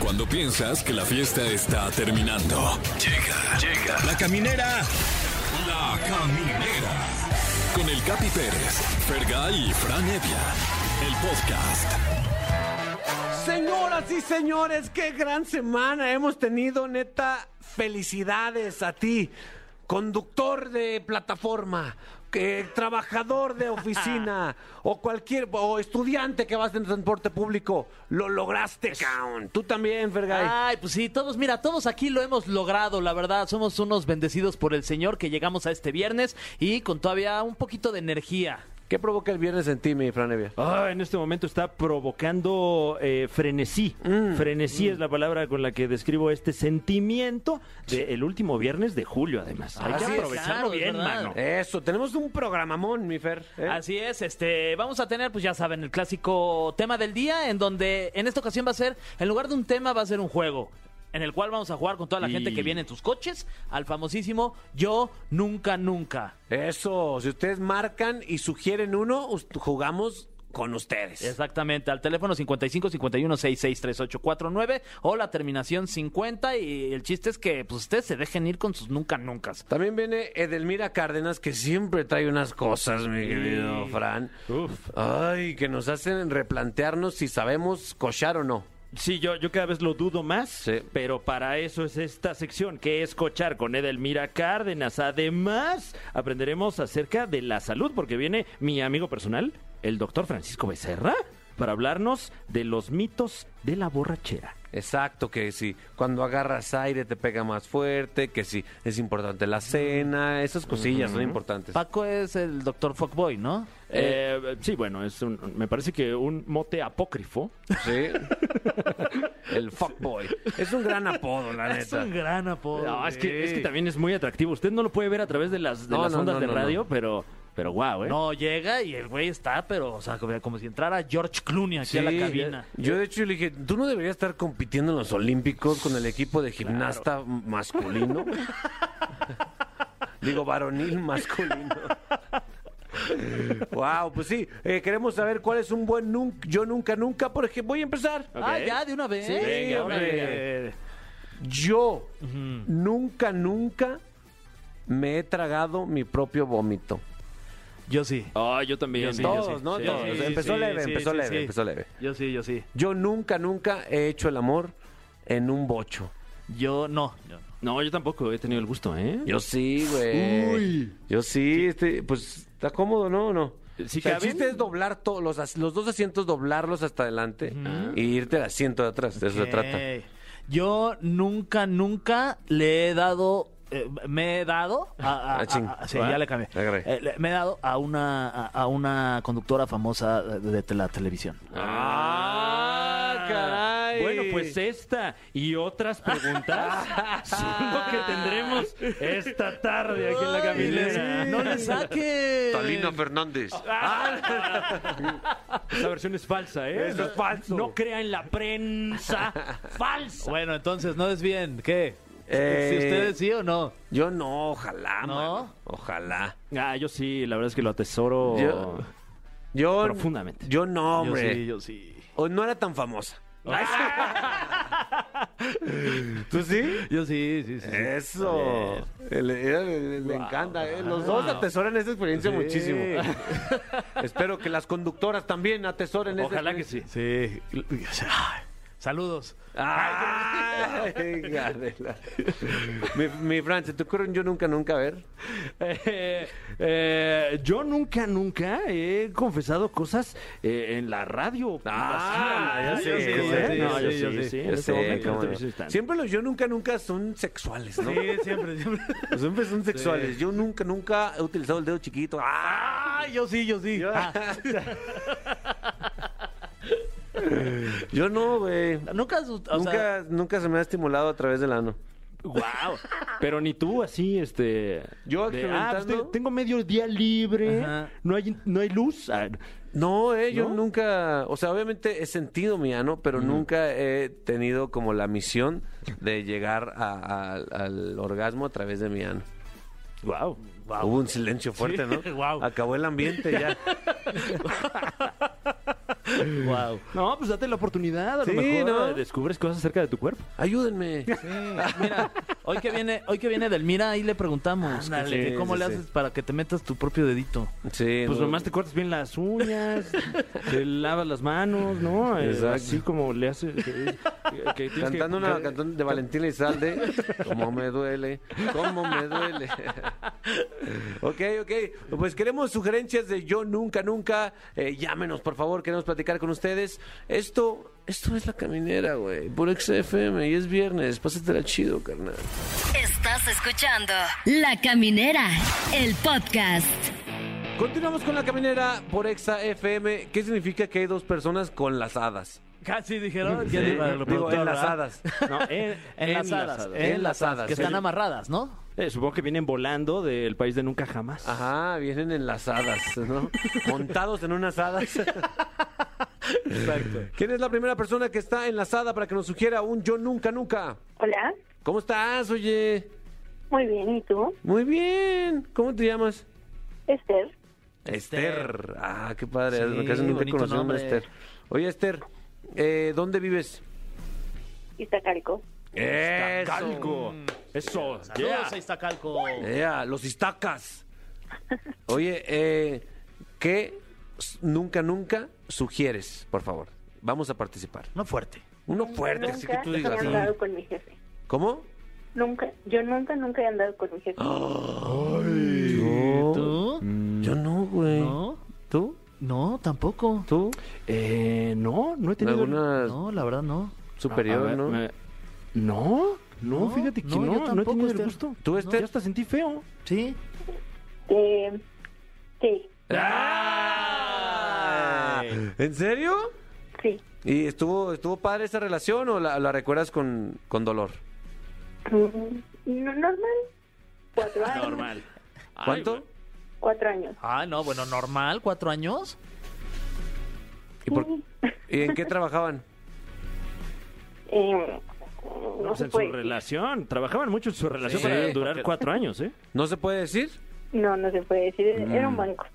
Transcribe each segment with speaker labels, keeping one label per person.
Speaker 1: Cuando piensas que la fiesta está terminando. Llega, llega. La caminera. La caminera. Con el Capi Pérez, Fergay y Fran Evia. El podcast.
Speaker 2: Señoras y señores, qué gran semana hemos tenido, neta. Felicidades a ti, conductor de plataforma, que- trabajador de oficina o cualquier o estudiante que vas en transporte público. Lo lograste, caón. Tú también, Fergay.
Speaker 3: Ay, pues sí, todos, mira, todos aquí lo hemos logrado, la verdad. Somos unos bendecidos por el Señor que llegamos a este viernes y con todavía un poquito de energía.
Speaker 2: ¿Qué provoca el viernes en ti, mi Fran Evia?
Speaker 4: Ah, en este momento está provocando eh, frenesí. frenesí es la palabra con la que describo este sentimiento del último viernes de julio, además. Hay que
Speaker 2: Así es,
Speaker 4: aprovecharlo
Speaker 3: claro, es
Speaker 4: bien,
Speaker 3: verdad.
Speaker 4: mano.
Speaker 2: Eso, tenemos un programamón, mi Fer. ¿eh?
Speaker 3: Así es, este, vamos a tener, pues ya saben, el clásico tema del día, en donde en esta ocasión va a ser, en lugar de un tema, va a ser un juego. En el cual vamos a jugar con toda la
Speaker 4: Y-
Speaker 3: gente que viene en tus coches al famosísimo Yo Nunca Nunca.
Speaker 2: Eso, si ustedes marcan y sugieren uno, us- jugamos con ustedes.
Speaker 3: Exactamente, al teléfono 55 51 66 38 49 o la terminación 50 y el chiste es que pues ustedes se dejen ir con sus nunca nunca.
Speaker 2: También viene Edelmira Cárdenas, que siempre trae unas cosas, mi querido Fran.
Speaker 4: Uf.
Speaker 2: Ay, que nos hacen replantearnos si sabemos cochar o no.
Speaker 4: Sí, yo, yo cada vez lo dudo más,
Speaker 2: Sí.
Speaker 4: pero para eso es esta sección que es cochar con Edelmira Cárdenas. Además, aprenderemos acerca de la salud, porque viene mi amigo personal, el doctor Francisco Becerra, para hablarnos de los mitos de la borrachera.
Speaker 2: Exacto, que si cuando agarras aire te pega más fuerte, que si es importante la cena, esas cosillas son importantes.
Speaker 3: Paco es el doctor Fogboy, ¿no?
Speaker 4: Eh, sí, bueno, es un- me parece que un mote apócrifo.
Speaker 2: Sí. El fuckboy. Es un gran apodo, la
Speaker 3: Es
Speaker 2: neta.
Speaker 3: un gran apodo.
Speaker 4: No, es,
Speaker 3: güey.
Speaker 4: que, es que también es muy atractivo. Usted no lo puede ver a través de las, de
Speaker 2: No,
Speaker 4: las
Speaker 2: no,
Speaker 4: ondas
Speaker 2: no,
Speaker 4: de
Speaker 2: no,
Speaker 4: radio,
Speaker 2: no.
Speaker 4: pero, pero guau, ¿eh?
Speaker 3: No, llega y el güey está, pero, o sea, como, como si entrara George Clooney aquí a la
Speaker 2: Sí, eh,
Speaker 3: cabina.
Speaker 2: Yo de hecho le dije, tú no deberías estar compitiendo en los Olímpicos con el equipo de gimnasta masculino. Digo, varonil masculino. wow, pues sí, eh, queremos saber cuál es un buen nun- yo nunca, nunca, por ejemplo, voy a empezar.
Speaker 4: Ok.
Speaker 3: Ah, ya, de una vez.
Speaker 2: Sí,
Speaker 4: Venga,
Speaker 2: hombre.
Speaker 4: hombre.
Speaker 2: Yo nunca, nunca me he tragado mi propio vómito.
Speaker 3: Yo sí.
Speaker 4: Ah, yo también.
Speaker 3: Yo sí, yo
Speaker 2: Todos, ¿no?
Speaker 3: sí,
Speaker 2: Todos.
Speaker 3: sí,
Speaker 2: O sea,
Speaker 3: sí,
Speaker 2: empezó
Speaker 3: sí,
Speaker 2: leve,
Speaker 3: sí,
Speaker 2: empezó
Speaker 3: sí,
Speaker 2: leve,
Speaker 3: sí.
Speaker 2: empezó leve.
Speaker 3: Yo sí, yo sí.
Speaker 2: Yo nunca, nunca he hecho el amor en un bocho.
Speaker 3: Yo no. yo no.
Speaker 4: No, yo tampoco he tenido el gusto, ¿eh?
Speaker 2: Yo sí, güey. Yo sí, este, pues está cómodo, ¿no? ¿O no?
Speaker 4: Sí
Speaker 2: O sea, el
Speaker 4: caben.
Speaker 2: chiste es doblar todos los, as- los dos asientos, doblarlos hasta adelante y irte al asiento de atrás. De eso se trata.
Speaker 3: Ok. Yo nunca, nunca le he dado. eh, me he dado a, a-
Speaker 2: Ah, ching.
Speaker 3: a- a- sí,
Speaker 2: Ah,
Speaker 3: ya le cambié.
Speaker 2: le agarré.
Speaker 3: Eh, le- me he dado a una a, a una conductora famosa de, de la televisión.
Speaker 2: Ah, caray.
Speaker 4: Bueno, pues esta y otras preguntas son lo que tendremos esta tarde aquí en la
Speaker 3: Ay,
Speaker 4: caminera.
Speaker 3: les- no le saque.
Speaker 2: Talina Fernández.
Speaker 4: Esa versión es falsa, ¿eh?
Speaker 2: Eso es falso.
Speaker 4: No crea en la prensa falsa.
Speaker 3: Bueno, entonces no es bien. ¿Qué?
Speaker 2: Eh,
Speaker 3: Si ustedes sí o no.
Speaker 2: Yo no, ojalá,
Speaker 3: ¿No?
Speaker 2: mano. Ojalá.
Speaker 4: Ah, yo sí, la verdad es que lo atesoro.
Speaker 2: Yo- Yo,
Speaker 4: Profundamente.
Speaker 2: Yo no, hombre.
Speaker 3: Yo sí, yo sí.
Speaker 2: O no era tan famosa. ¿Tú sí?
Speaker 3: Yo sí, sí, sí. sí.
Speaker 2: Eso. Le, era- le- le encanta. ¿eh? Los dos atesoran esa experiencia muchísimo. Espero que las conductoras también atesoren esa
Speaker 4: Ojalá que sí.
Speaker 3: Sí. Ay, Saludos.
Speaker 2: Ay, venga, de la- mi, mi Fran, ¿se te ocurre un yo nunca, nunca a ver?
Speaker 4: Eh, eh, yo nunca, nunca he confesado cosas eh, en la radio.
Speaker 2: Ah,
Speaker 4: Así,
Speaker 2: ya
Speaker 4: ¿eh?
Speaker 2: sé,
Speaker 4: No,
Speaker 2: ya sé,
Speaker 4: yo
Speaker 3: sí,
Speaker 4: sí,
Speaker 3: yo sí.
Speaker 4: sí, sí, en
Speaker 2: Yo
Speaker 4: este
Speaker 2: sé,
Speaker 4: momento
Speaker 2: cómo
Speaker 4: no
Speaker 2: no.
Speaker 4: estoy visitando.
Speaker 2: Siempre los yo nunca, nunca son sexuales, ¿no?
Speaker 3: Sí, siempre, siempre.
Speaker 2: Siempre son sexuales. Yo nunca, nunca he utilizado el dedo chiquito. ¡Ah!
Speaker 3: Ay, yo sí, yo sí. Ah,
Speaker 2: Yo no, güey.
Speaker 3: nunca, su- o sea,
Speaker 2: Nunca, nunca se me ha estimulado a través del ano.
Speaker 4: Wow. Pero ni tú así, este.
Speaker 2: Yo
Speaker 4: de,
Speaker 2: experimentando.
Speaker 4: ah, pues, te- tengo medio día libre.
Speaker 3: Ajá.
Speaker 4: No hay, no hay luz. Ah,
Speaker 2: No, eh, yo
Speaker 4: ¿No? Mm.
Speaker 2: nunca, o sea, obviamente he sentido mi ano, pero nunca he tenido como la misión de llegar a- a- al orgasmo a través de mi ano.
Speaker 4: wow.
Speaker 2: Hubo un silencio fuerte,
Speaker 3: Sí,
Speaker 2: ¿no?
Speaker 3: guau.
Speaker 2: Acabó el ambiente ya.
Speaker 3: Wow.
Speaker 4: No, pues date la oportunidad. A
Speaker 2: Sí,
Speaker 4: lo mejor
Speaker 2: ¿no?
Speaker 4: descubres cosas acerca de tu cuerpo.
Speaker 2: Ayúdenme.
Speaker 3: Mira, hoy que viene, hoy que viene Delmira, ahí le preguntamos
Speaker 2: Ándale.
Speaker 3: que- que
Speaker 2: Sí,
Speaker 3: cómo
Speaker 2: sí,
Speaker 3: le
Speaker 2: sí.
Speaker 3: haces para que te metas tu propio dedito.
Speaker 2: Sí,
Speaker 4: Pues
Speaker 2: no.
Speaker 4: nomás te cortas bien las uñas, te lavas las manos, ¿no? Eh,
Speaker 2: Exacto.
Speaker 4: Así como le haces. que- que- que tienes
Speaker 2: Cantando
Speaker 4: que-
Speaker 2: una
Speaker 4: que-
Speaker 2: canción de Valentín Elizalde, cómo me duele, cómo me duele. ok, ok, pues queremos sugerencias de Yo Nunca Nunca, Eh, llámenos por favor, queremos platicar con ustedes. Esto, esto es La Caminera, güey, por XFM y es viernes, pásatela chido, carnal.
Speaker 5: Estás escuchando La Caminera, el podcast.
Speaker 2: Continuamos con La Caminera por XFM, ¿qué significa que hay dos personas con las hadas?
Speaker 3: Casi dijeron. ya
Speaker 4: Sí.
Speaker 3: digo, lo
Speaker 2: Digo,
Speaker 3: productor, ¿verdad?
Speaker 2: enlazadas.
Speaker 4: No, en-
Speaker 3: Enlazadas.
Speaker 4: enlazadas.
Speaker 2: Enlazadas.
Speaker 3: Que están amarradas, ¿no?
Speaker 4: Eh, supongo que vienen volando del país de nunca jamás.
Speaker 2: Ajá, vienen enlazadas, ¿no? Montados en unas hadas.
Speaker 3: Exacto.
Speaker 2: ¿Quién es la primera persona que está enlazada para que nos sugiera un yo nunca, nunca?
Speaker 6: Hola,
Speaker 2: ¿Cómo estás, oye?
Speaker 6: muy bien, ¿y tú?
Speaker 2: Muy bien. ¿Cómo te llamas?
Speaker 6: Esther,
Speaker 3: Esther.
Speaker 2: Ah, qué padre.
Speaker 3: Sí,
Speaker 2: casi nunca he
Speaker 3: bonito
Speaker 2: conocido a una
Speaker 3: nombre.
Speaker 2: Esther. Oye, Esther, eh, ¿dónde vives?
Speaker 6: Iztacalco.
Speaker 2: Eso.
Speaker 4: Calco. Eso.
Speaker 3: Saludos a Iztacalco.
Speaker 2: Ea, los istacas. Oye, eh, ¿qué s- nunca, nunca sugieres, por favor? Vamos a participar.
Speaker 3: No fuerte.
Speaker 2: Uno fuerte, así que
Speaker 6: Nunca
Speaker 2: tú
Speaker 6: he
Speaker 2: digas.
Speaker 6: andado con mi jefe.
Speaker 2: ¿Cómo?
Speaker 6: Nunca, yo nunca, nunca he andado con mi jefe.
Speaker 2: Oh. Yo,
Speaker 3: ¿Tú?
Speaker 2: yo no, güey.
Speaker 3: No.
Speaker 2: ¿Tú?
Speaker 3: No, tampoco.
Speaker 2: ¿Tú?
Speaker 4: Eh, no, no he tenido.
Speaker 2: ¿Alguna
Speaker 3: No, la verdad no.
Speaker 2: superior,
Speaker 4: A ver,
Speaker 2: no?
Speaker 4: me- No, no,
Speaker 3: No,
Speaker 4: fíjate que
Speaker 3: no,
Speaker 4: no,
Speaker 3: yo
Speaker 4: no, he
Speaker 3: tampoco,
Speaker 4: tenido el
Speaker 3: Esther.
Speaker 4: gusto.
Speaker 2: ¿Tú,
Speaker 4: No,
Speaker 2: Esther?
Speaker 4: Ya hasta sentí feo.
Speaker 3: Sí.
Speaker 6: Eh, sí,
Speaker 2: ¡Ah! ¿En serio?
Speaker 6: sí.
Speaker 2: ¿Y estuvo estuvo padre esa relación o la, la recuerdas con, con dolor?
Speaker 6: Mm, no- normal. Cuatro años.
Speaker 2: ¿Cuánto?
Speaker 6: Cuatro años.
Speaker 3: Ah, no, bueno, normal, cuatro años.
Speaker 2: ¿Y, por- ¿Y en qué trabajaban?
Speaker 6: Eh, no
Speaker 4: Pues
Speaker 6: se
Speaker 4: en su
Speaker 6: puede. decir.
Speaker 4: relación. Trabajaban mucho en su relación
Speaker 2: Sí.
Speaker 4: para durar cuatro años, ¿eh?
Speaker 2: ¿No se puede decir?
Speaker 6: No, no se puede decir. Era
Speaker 2: Mm.
Speaker 6: un banco.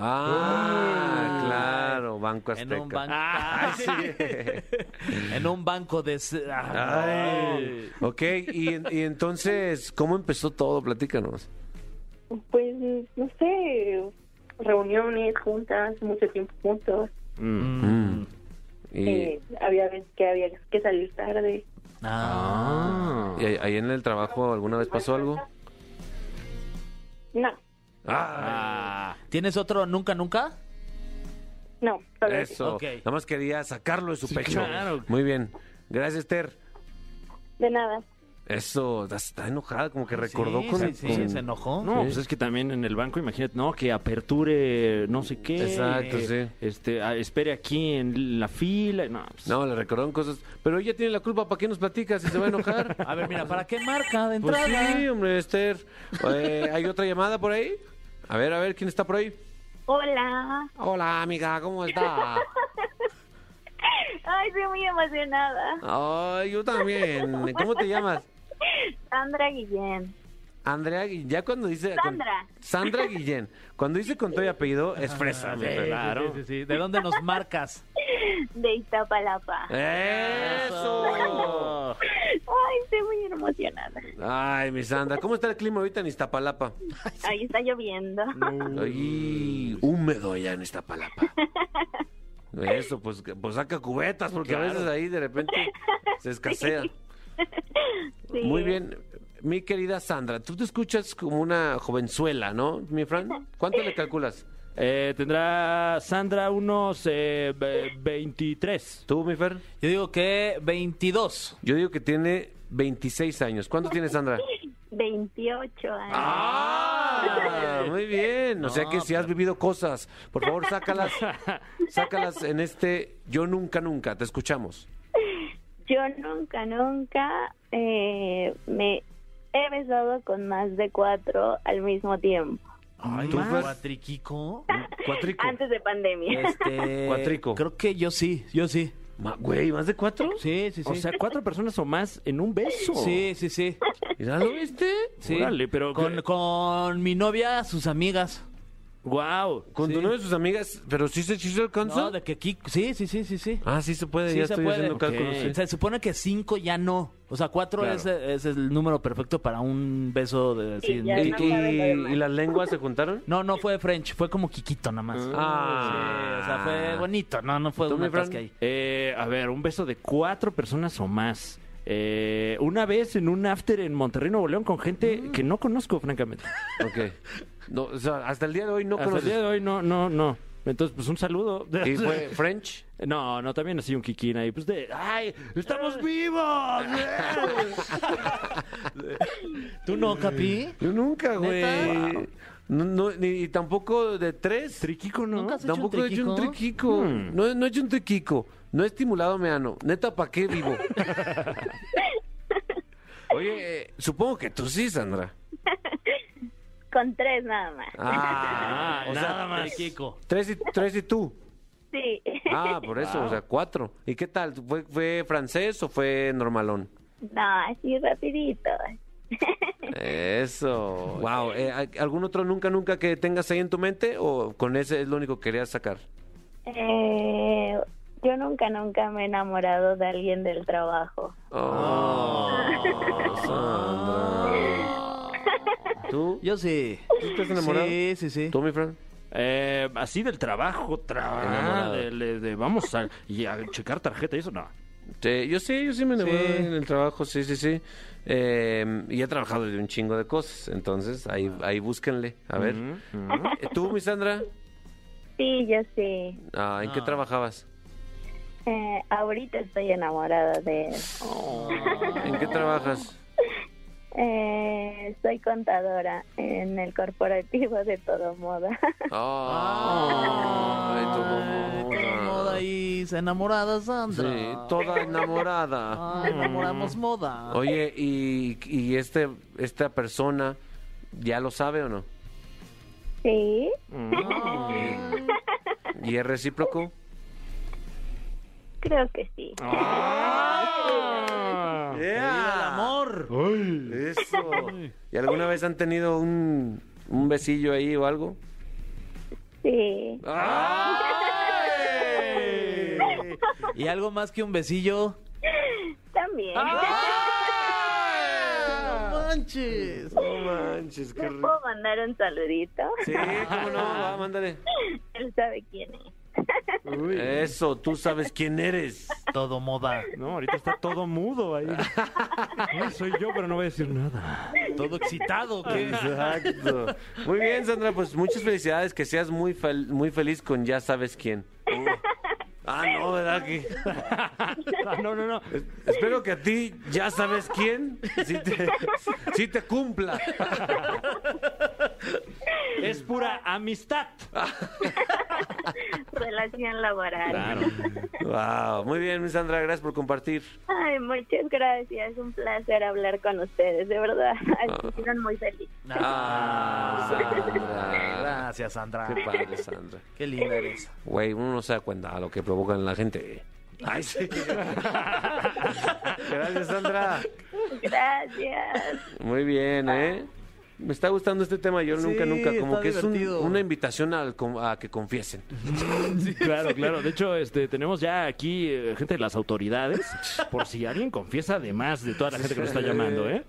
Speaker 2: Ah, claro, Banco
Speaker 3: En
Speaker 2: Azteca.
Speaker 3: un banco. en un banco de. se- ah,
Speaker 2: Ay. Ok, y, en- y entonces, ¿cómo empezó todo? Platícanos.
Speaker 6: Pues, no sé, reuniones juntas, mucho tiempo juntos.
Speaker 2: Y,
Speaker 6: Eh, había veces que había que salir tarde.
Speaker 3: ah.
Speaker 2: y ahí- ahí en el trabajo alguna vez pasó algo?
Speaker 6: No,
Speaker 2: Ah,
Speaker 4: Ah,
Speaker 3: ¿Tienes otro nunca, nunca?
Speaker 6: no, solo eso.
Speaker 2: Eso.
Speaker 3: Ok.
Speaker 2: Nada más quería sacarlo de su pecho.
Speaker 4: claro.
Speaker 2: Muy bien. Gracias, Esther.
Speaker 6: De nada.
Speaker 2: Eso, está- está enojada, como que recordó
Speaker 3: Sí,
Speaker 2: con,
Speaker 3: sí, sí,
Speaker 2: con-
Speaker 3: se enojó.
Speaker 4: No, pues es que también en el banco, imagínate, no, que aperture no sé qué.
Speaker 2: Exacto,
Speaker 4: eh,
Speaker 2: sí.
Speaker 4: Este, a- espere aquí en la fila. No, pues,
Speaker 2: No, le recordaron cosas. Pero ella tiene la culpa, ¿para qué nos platica si se va a enojar?
Speaker 3: A ver, mira, ¿para qué marca de
Speaker 2: Pues
Speaker 3: entrada?
Speaker 2: sí, hombre, Esther. Eh, ¿Hay otra llamada por ahí? A ver, a ver, ¿quién está por ahí?
Speaker 6: Hola.
Speaker 2: Hola, amiga, ¿cómo está?
Speaker 6: Ay, estoy muy emocionada.
Speaker 2: Ay, yo también. ¿Cómo te llamas?
Speaker 6: Sandra Guillén.
Speaker 2: Andrea Guillén. Ya cuando dice... con-
Speaker 6: Sandra.
Speaker 2: Sandra Guillén. Cuando dice con todo y apellido, es fresa. mi
Speaker 3: Sí, Ah, sí,
Speaker 2: perra.
Speaker 4: Claro.
Speaker 3: sí, sí, sí. ¿De dónde nos marcas?
Speaker 6: De Iztapalapa.
Speaker 2: ¡Eso!
Speaker 6: Ay, estoy muy emocionada.
Speaker 2: Ay, mi Sandra, ¿cómo está el clima ahorita en Iztapalapa?
Speaker 6: Ahí está lloviendo.
Speaker 2: Ay, húmedo allá en Iztapalapa. Eso, pues, que- pues saca cubetas, porque a veces ahí de repente se escasea.
Speaker 6: Sí.
Speaker 2: Muy bien, mi querida Sandra, tú te escuchas como una jovenzuela, ¿no, mi Fran? ¿Cuánto le calculas?
Speaker 4: Eh, tendrá Sandra unos eh, ve- 23.
Speaker 2: ¿Tú, mi Fer?
Speaker 3: Yo digo que 22.
Speaker 2: Yo digo que tiene 26 años. ¿Cuánto tiene Sandra?
Speaker 6: 28 años.
Speaker 2: Ah, muy bien. O sea que si has vivido cosas, por favor, sácalas. Sácalas en este Yo Nunca Nunca. Te escuchamos.
Speaker 6: Yo nunca, nunca eh, me he besado con más de cuatro al mismo tiempo.
Speaker 3: Ay,
Speaker 2: ¿Tú, Fer?
Speaker 3: cuatriquico.
Speaker 2: Cuatrico.
Speaker 6: Antes de pandemia.
Speaker 3: Este,
Speaker 2: Cuatrico.
Speaker 3: Creo que yo sí, yo sí.
Speaker 2: Ma- Güey, ¿más de cuatro?
Speaker 3: Sí, sí, sí.
Speaker 4: O sea, cuatro personas o más en un beso.
Speaker 2: Oh.
Speaker 3: sí, sí, sí.
Speaker 2: ¿Ya lo viste?
Speaker 3: sí.
Speaker 4: Órale, pero
Speaker 3: con,
Speaker 4: que-
Speaker 3: con mi novia, sus amigas.
Speaker 4: ¡Wow!
Speaker 2: Con una de sus amigas, pero sí se sí se alcanza.
Speaker 3: No, de que aquí. Sí, sí, sí, sí. sí.
Speaker 2: Ah, sí se puede,
Speaker 3: Sí
Speaker 2: ya
Speaker 3: se
Speaker 2: estoy
Speaker 3: puede.
Speaker 2: haciendo cálculos.
Speaker 4: Ok.
Speaker 2: sí.
Speaker 3: Se supone que cinco ya no. O sea, cuatro
Speaker 4: Claro.
Speaker 3: es, es el número perfecto para un beso de.
Speaker 6: Sí,
Speaker 3: sí,
Speaker 6: ya
Speaker 3: muy-
Speaker 6: no.
Speaker 2: ¿Y, y- y las lenguas se juntaron?
Speaker 3: No, no fue French, fue como Kikito nada más.
Speaker 2: Ah.
Speaker 3: Sí, o sea, fue bonito, no, no fue
Speaker 2: ¿Tú,
Speaker 3: un
Speaker 2: mi Fran?
Speaker 3: atasque ahí.
Speaker 4: Eh, a ver, un beso de cuatro personas o más. Eh, una vez en un after en Monterrey, Nuevo León, con gente
Speaker 3: Mm.
Speaker 4: que no conozco, francamente.
Speaker 2: Ok. No, o sea, hasta el día de hoy no
Speaker 4: Hasta el día
Speaker 2: conoces.
Speaker 4: de hoy, no, no, no. Entonces, pues un saludo.
Speaker 2: ¿Y fue French?
Speaker 4: No, no, también así un kikín ahí. Pues de, ¡ay!
Speaker 2: Ah.
Speaker 4: ¡Estamos vivos! eh".
Speaker 3: ¿Tú no, Capi?
Speaker 2: Yo nunca, güey.
Speaker 3: ¿Neta?
Speaker 2: No, no, ni y tampoco de tres.
Speaker 4: Triquico, ¿no?
Speaker 3: Nunca has hecho
Speaker 2: Tampoco
Speaker 3: un
Speaker 2: he hecho un triquico.
Speaker 3: triquico? Hmm.
Speaker 2: No, no he hecho un triquico. No he estimulado meano. Neta, ¿para qué vivo? Oye, eh, supongo que tú sí, Sandra.
Speaker 6: Con tres nada más.
Speaker 2: Ah, o sea,
Speaker 3: nada más. Kiko.
Speaker 2: Tres y, tres y tú.
Speaker 6: Sí.
Speaker 2: Ah, por eso, o sea, cuatro. ¿Y qué tal? ¿Fue, fue francés o fue normalón?
Speaker 6: No, así rapidito.
Speaker 2: Eso. Wow. eh, ¿Algún otro nunca, nunca que tengas ahí en tu mente o con ese es lo único que querías sacar?
Speaker 6: Eh, yo nunca, nunca me he enamorado de alguien del trabajo.
Speaker 2: Oh,
Speaker 3: Oh.
Speaker 2: Sandra. ¿Tú?
Speaker 3: Yo sí.
Speaker 2: ¿Tú estás enamorado?
Speaker 3: Sí, sí, sí.
Speaker 2: ¿Tú, mi Fran?
Speaker 4: Eh, así del trabajo, trabajo.
Speaker 2: Enamorado.
Speaker 4: De, de- de- vamos a, y a checar tarjeta y eso, no.
Speaker 2: Sí, yo sí, yo sí me enamoré
Speaker 3: Sí.
Speaker 2: en el trabajo, sí, sí, sí. Eh, y he trabajado de un chingo de cosas, entonces ahí,
Speaker 3: Ah.
Speaker 2: ahí búsquenle. A ver. Eh, ¿Tú, mi Sandra?
Speaker 6: Sí, yo sí.
Speaker 2: Ah, ¿En qué trabajabas?
Speaker 6: Eh, ahorita estoy enamorada de él.
Speaker 2: ¿En qué trabajas?
Speaker 6: Eh, soy contadora en el corporativo de todo moda.
Speaker 2: Ah, de todo moda.
Speaker 3: Todo moda ahí, enamorada Sandra.
Speaker 2: Sí, toda enamorada.
Speaker 3: Ah, enamoramos moda.
Speaker 2: Oye, ¿y, y este, esta persona ya lo sabe o no?
Speaker 6: Sí,
Speaker 2: ¿Y es recíproco?
Speaker 6: creo que sí.
Speaker 2: Ah.
Speaker 3: Viva el amor.
Speaker 2: Eso. ¿Y alguna vez han tenido un, un besillo ahí o algo?
Speaker 6: Sí. Ah.
Speaker 3: Y algo más que un besillo.
Speaker 6: También.
Speaker 2: Ah.
Speaker 3: ¡No manches!
Speaker 2: No manches, qué
Speaker 6: ¿Le puedo mandar un saludito?
Speaker 2: Sí, cómo no, va, mándale.
Speaker 6: Él sabe quién es.
Speaker 2: Eso, tú sabes quién eres.
Speaker 3: Todo moda.
Speaker 4: No, ahorita está todo mudo ahí. No, soy yo, pero no voy a decir nada.
Speaker 3: Todo excitado. ¿qué?
Speaker 2: Exacto. Muy bien, Sandra, pues muchas felicidades, que seas muy, fel- muy feliz con ya sabes quién. Ah, no, ¿verdad? Que-
Speaker 4: Ah, No, no, no.
Speaker 2: Es- Espero que a ti ya sabes quién, si te, sí te cumpla.
Speaker 4: Es pura amistad.
Speaker 6: Relación laboral.
Speaker 2: Wow, muy bien, mi Sandra, gracias por compartir.
Speaker 6: Ay, muchas gracias. Un placer hablar con ustedes. De verdad, Ay, me hicieron muy feliz.
Speaker 2: Ah, Sandra.
Speaker 3: Gracias, Sandra.
Speaker 2: Qué padre, Sandra.
Speaker 3: Qué linda eres.
Speaker 2: Güey, uno no se da cuenta de lo que provocan la gente. Ay, sí. Gracias, Sandra.
Speaker 6: Gracias.
Speaker 2: Muy bien, ¿eh? Me está gustando este tema, yo nunca,
Speaker 3: Sí,
Speaker 2: nunca, como
Speaker 3: está
Speaker 2: que es un-
Speaker 3: divertido.
Speaker 2: una invitación al com- a que confiesen.
Speaker 4: Claro, claro. De hecho, este, tenemos ya aquí eh, gente de las autoridades. Por si alguien confiesa, además de toda la gente que nos está llamando, ¿eh?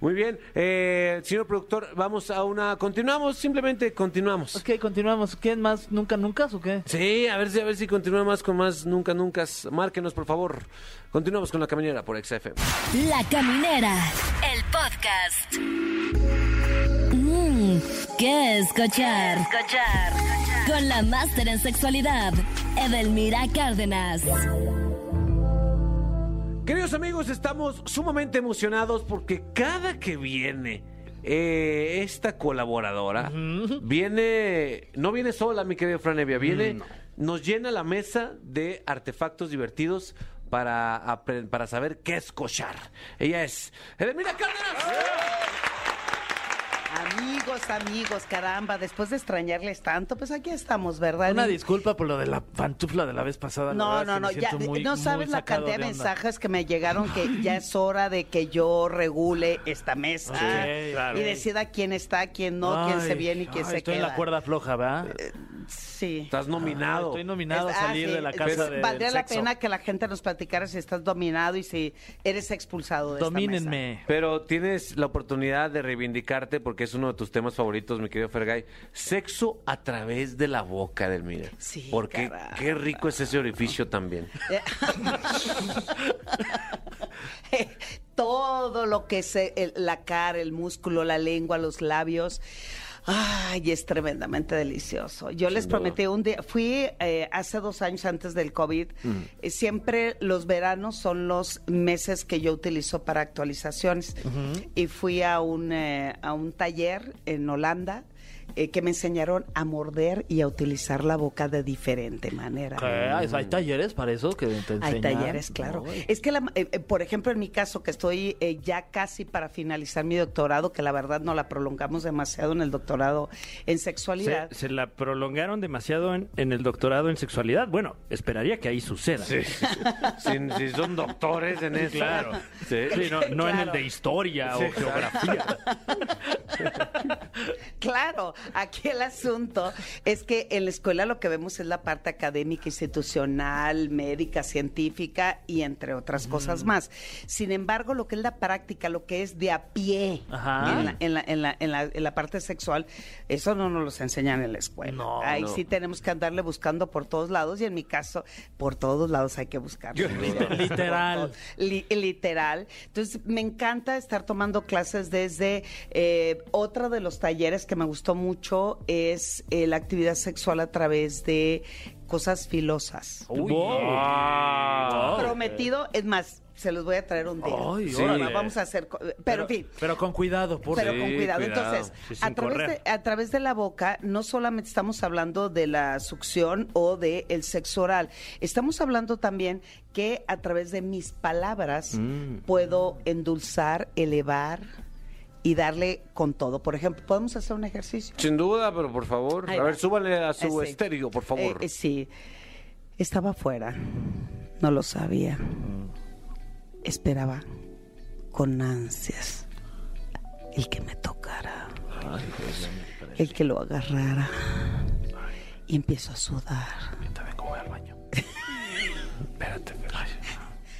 Speaker 2: Muy bien, eh, señor productor, vamos a una... Continuamos, simplemente continuamos.
Speaker 3: Ok, continuamos. ¿Quién más? ¿Nunca, nunca o qué?
Speaker 2: Sí, a ver si, a ver si continúa más con más nunca, nunca. Márquenos, por favor. Continuamos con la caminera por XFM.
Speaker 5: La Caminera, el podcast. Mmm, ¿qué escuchar? escuchar? Con la máster en sexualidad, Edelmira Cárdenas.
Speaker 2: Queridos amigos, estamos sumamente emocionados porque cada que viene eh, esta colaboradora, viene, no viene sola, mi querido Franevia, viene, nos llena la mesa de artefactos divertidos para, apre- para eh, saber qué escochar. Ella es Edelmira Cárdenas.
Speaker 7: Amigos, amigos, caramba, después de extrañarles tanto, pues aquí estamos, ¿verdad?
Speaker 8: Una
Speaker 7: En-
Speaker 8: disculpa por lo de la pantufla de la vez pasada. la
Speaker 7: No,
Speaker 8: verdad es
Speaker 7: no,
Speaker 8: que
Speaker 7: no,
Speaker 8: me
Speaker 7: ya,
Speaker 8: siento muy-
Speaker 7: no
Speaker 8: muy
Speaker 7: sabes la
Speaker 8: sacado
Speaker 7: cantidad de
Speaker 8: onda.
Speaker 7: mensajes que me llegaron que ya es hora de que yo regule esta mesa
Speaker 8: Sí, claro.
Speaker 7: y decida quién está, quién no, quién se
Speaker 8: Ay,
Speaker 7: viene y quién
Speaker 8: ay,
Speaker 7: se
Speaker 8: Estoy en
Speaker 7: queda. Eh,
Speaker 8: la cuerda floja, ¿va?
Speaker 7: Sí.
Speaker 2: Estás nominado.
Speaker 8: Estoy nominado a
Speaker 7: Es- ah,
Speaker 8: salir
Speaker 7: sí,
Speaker 8: de la
Speaker 7: es-
Speaker 8: casa de
Speaker 7: Valdría la pena que la gente nos platicara si estás dominado y si eres expulsado de esta mesa.
Speaker 8: Domínenme.
Speaker 2: Pero tienes la oportunidad de reivindicarte porque es uno de tus temas favoritos, mi querido Fergay. Sexo a través de la boca del mira.
Speaker 7: Sí,
Speaker 2: Porque
Speaker 7: caramba.
Speaker 2: qué rico es ese orificio también.
Speaker 7: Eh, Todo lo que es eh, el- la cara, el músculo, la lengua, los labios. Ay, es tremendamente delicioso. Yo les
Speaker 2: duda.
Speaker 7: prometí un día, fui eh, hace dos años antes del COVID, eh, siempre los veranos son los meses que yo utilizo para actualizaciones. Y fui a un, eh, a un taller en Holanda eh, que me enseñaron a morder y a utilizar la boca de diferente manera.
Speaker 8: ¿Qué? Hay- Hay talleres para eso que te enseñan.
Speaker 7: Mm. Hay talleres, claro.
Speaker 8: Ay.
Speaker 7: Es que, la- eh, eh, por ejemplo, en mi caso, que estoy eh, ya casi para finalizar mi doctorado, que la verdad no la prolongamos demasiado en el doctorado en sexualidad.
Speaker 4: Se, se la prolongaron demasiado en, en el doctorado en sexualidad. Bueno, esperaría que ahí suceda. Sí,
Speaker 2: si, si son doctores en eso.
Speaker 4: claro.
Speaker 2: Sí.
Speaker 4: Sí, no, no en
Speaker 7: Claro.
Speaker 4: el de historia o geografía.
Speaker 7: Claro, aquí el asunto es que en la escuela lo que vemos es la parte académica, institucional, médica, científica y entre
Speaker 8: Mm.
Speaker 7: otras cosas más. Sin embargo, lo que es la práctica, lo que es de a pie
Speaker 8: Ajá.
Speaker 7: en la, en la- en la- en la- en la parte sexual, eso no nos los enseñan en la escuela.
Speaker 8: No,
Speaker 7: Ahí
Speaker 8: no.
Speaker 7: sí tenemos que andarle buscando por todos lados y en mi caso, por todos lados hay que buscar.
Speaker 8: Literal.
Speaker 7: Li- literal. Entonces, me encanta estar tomando clases desde eh, otro de los talleres que me gustó mucho es eh, la actividad sexual a través de cosas filosas.
Speaker 8: Uy.
Speaker 4: Wow.
Speaker 8: Wow.
Speaker 7: Prometido, es más, se los voy a traer un día.
Speaker 8: Oh. Ay,
Speaker 7: Sí.
Speaker 8: órale.
Speaker 7: Vamos a hacer, co- pero, en fin.
Speaker 8: Pero con cuidado, por
Speaker 7: Pero con
Speaker 2: Sí,
Speaker 7: cuidado.
Speaker 2: cuidado.
Speaker 7: Entonces,
Speaker 4: Sí, sin
Speaker 7: a, través
Speaker 4: correr.
Speaker 7: de, a través de la boca, no solamente estamos hablando de la succión o del el sexo oral, estamos hablando también que a través de mis palabras puedo endulzar, elevar y darle con todo. Por ejemplo, podemos hacer un ejercicio.
Speaker 2: Sin duda, pero por favor.
Speaker 7: Ahí
Speaker 2: a
Speaker 7: va.
Speaker 2: ver, súbale a su
Speaker 7: Ese.
Speaker 2: estéreo, por favor.
Speaker 7: Eh, eh, sí. Estaba afuera. No lo sabía.
Speaker 2: Mm.
Speaker 7: Esperaba con ansias el que me tocara. El que lo agarrara. Y empiezo a sudar.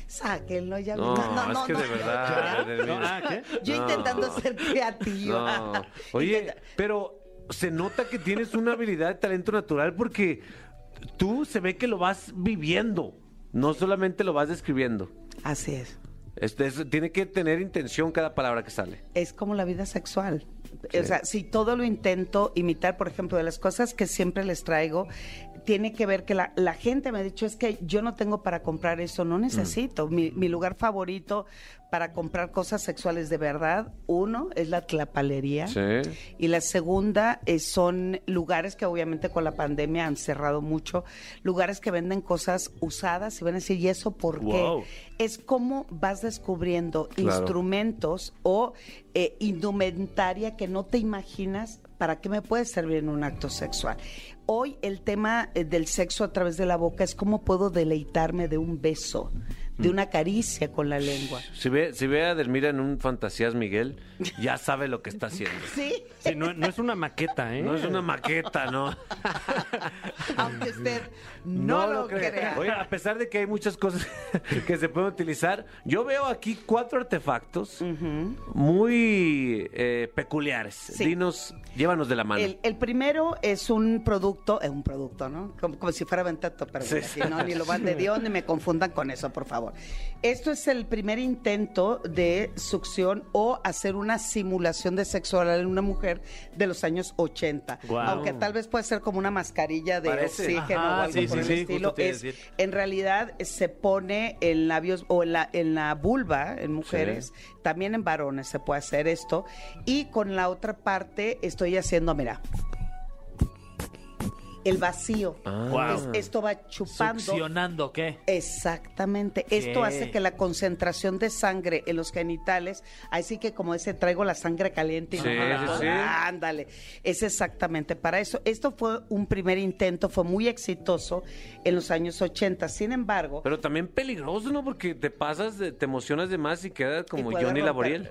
Speaker 7: Sáquenlo ya.
Speaker 2: No, es que de verdad. de
Speaker 4: No,
Speaker 2: verdad.
Speaker 4: ah, ¿qué?
Speaker 7: Yo
Speaker 2: No.
Speaker 7: intentando ser creativa.
Speaker 2: No. Oye, pero se nota que tienes una habilidad de talento natural porque tú se ve que lo vas viviendo, no solamente lo vas describiendo.
Speaker 7: Así es.
Speaker 2: Este es- tiene que tener intención cada palabra que sale.
Speaker 7: es como la vida sexual. O sea, si todo lo intento imitar, por ejemplo, de las cosas que siempre les traigo, tiene que ver que la, la gente me ha dicho, es que yo no tengo para comprar eso, no necesito. Mi, mi lugar favorito para comprar cosas sexuales de verdad, uno, es la tlapalería. Y la segunda eh, son lugares que obviamente con la pandemia han cerrado mucho, lugares que venden cosas usadas y van a decir, ¿y eso por
Speaker 4: Wow.
Speaker 7: qué? Es cómo vas descubriendo
Speaker 2: Claro.
Speaker 7: instrumentos o eh, indumentaria que no te imaginas para qué me puede servir en un acto sexual. Hoy el tema eh, del sexo a través de la boca es cómo puedo deleitarme de un beso,
Speaker 2: Mm.
Speaker 7: de una caricia con la lengua.
Speaker 2: Si ve, si ve a Delmira en un Fantasías Miguel, ya sabe lo que está haciendo.
Speaker 7: Sí,
Speaker 4: Sí, no, no es una maqueta, ¿eh?
Speaker 2: No es una maqueta, ¿no?
Speaker 7: aunque usted no, lo
Speaker 2: cree.
Speaker 7: crea.
Speaker 2: Oye, a pesar de que hay muchas cosas que se pueden utilizar, yo veo aquí cuatro artefactos muy eh, peculiares.
Speaker 7: Sí.
Speaker 2: Dinos, llévanos de la mano.
Speaker 7: El, el primero es un producto, es un producto, ¿no? Como, como si fuera ventato, pero bueno, si no, ni lo van de Dios, ni me confundan con eso, por favor. Esto es el primer intento de succión o hacer una simulación de sexo oral en una mujer de los años 80.
Speaker 4: Guau.
Speaker 7: Aunque tal vez puede ser como una mascarilla de
Speaker 2: Parece.
Speaker 7: oxígeno
Speaker 8: Ajá,
Speaker 7: o algo
Speaker 8: sí,
Speaker 7: por
Speaker 8: sí,
Speaker 7: el
Speaker 8: sí,
Speaker 7: estilo.
Speaker 8: justo te iba a
Speaker 7: Es-
Speaker 8: decir.
Speaker 7: en realidad se pone en labios o en la, en la vulva, en mujeres, también en varones se puede hacer esto. Y con la otra parte estoy haciendo, mira, el vacío.
Speaker 4: Wow.
Speaker 7: Es- esto va chupando.
Speaker 8: Succionando, ¿qué?
Speaker 7: Exactamente. Esto
Speaker 8: Ok.
Speaker 7: hace que la concentración de sangre en los genitales, así que como ese traigo la sangre caliente y
Speaker 2: Sí,
Speaker 7: no me la
Speaker 2: sí,
Speaker 7: puedo-
Speaker 2: sí.
Speaker 7: ándale. Es exactamente para eso. Esto fue un primer intento, fue muy exitoso en los años 80. Sin embargo,
Speaker 2: Pero también peligroso, ¿no? Porque te pasas, de- te emocionas de más y quedas como
Speaker 7: puede
Speaker 2: Johnny
Speaker 7: romper-
Speaker 2: Laboriel.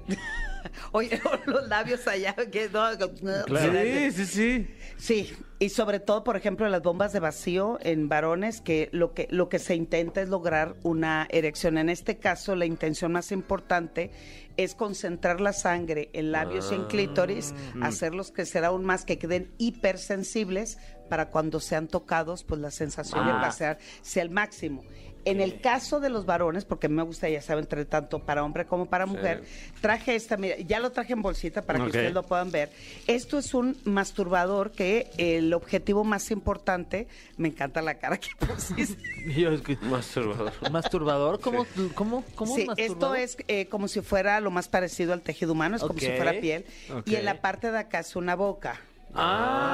Speaker 7: Oye, los labios allá que no,
Speaker 2: Sí, sí, sí.
Speaker 7: Sí, y sobre todo, por ejemplo, las bombas de vacío en varones, que lo que lo que se intenta es lograr una erección. En este caso, la intención más importante es concentrar la sangre en labios y en clítoris, hacerlos crecer aún más, que queden hipersensibles para cuando sean tocados, pues la sensación de placer sea el máximo. En el caso de los varones, porque me gusta, ya saben, entre tanto para hombre como para mujer, traje esta, mira, ya lo traje en bolsita para
Speaker 4: Ok.
Speaker 7: que ustedes lo puedan ver. Esto es un masturbador que el objetivo más importante, me encanta la cara que pusiste.
Speaker 8: Yo es que-
Speaker 2: Masturbador.
Speaker 8: ¿Masturbador? ¿Cómo, cómo, cómo
Speaker 7: Sí, esto
Speaker 8: masturbador?
Speaker 7: es eh, como si fuera lo más parecido al tejido humano, es como si
Speaker 8: Ok,
Speaker 7: fuera piel. Y
Speaker 8: ok.
Speaker 7: en la parte de acá es una boca.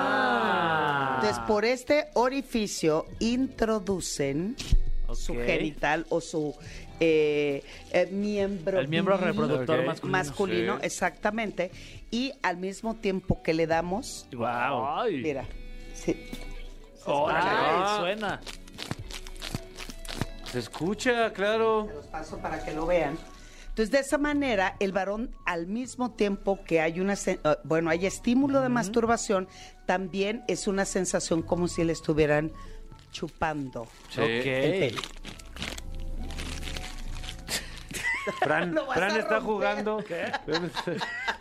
Speaker 8: Ah.
Speaker 7: Entonces, por este orificio introducen su
Speaker 8: Ok.
Speaker 7: genital o su eh, eh, miembro.
Speaker 8: El miembro
Speaker 7: viril
Speaker 8: reproductor
Speaker 4: Ok.
Speaker 8: masculino.
Speaker 7: masculino, exactamente. Y al mismo tiempo que le damos,
Speaker 4: Wow.
Speaker 8: Ay.
Speaker 7: mira, sí,
Speaker 8: Órale,
Speaker 2: Ah.
Speaker 8: suena.
Speaker 2: Se escucha, claro.
Speaker 7: los paso para que lo vean. Entonces, de esa manera, el varón, al mismo tiempo que hay una, sen- eh, bueno, hay estímulo de masturbación, también es una sensación como si le estuvieran chupando.
Speaker 2: Sí.
Speaker 7: el pene.
Speaker 8: Ok.
Speaker 2: Fran,
Speaker 7: Lo vas
Speaker 2: Fran
Speaker 7: a
Speaker 2: está
Speaker 7: romper.
Speaker 2: jugando.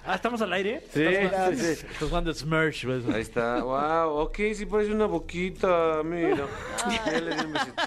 Speaker 4: Ah, ¿estamos al aire?
Speaker 2: Sí, sí, sí.
Speaker 8: Estás jugando Smersh, güey.
Speaker 2: Ahí está. Wow, ok, sí parece una boquita. Mira. Ya le di un besito.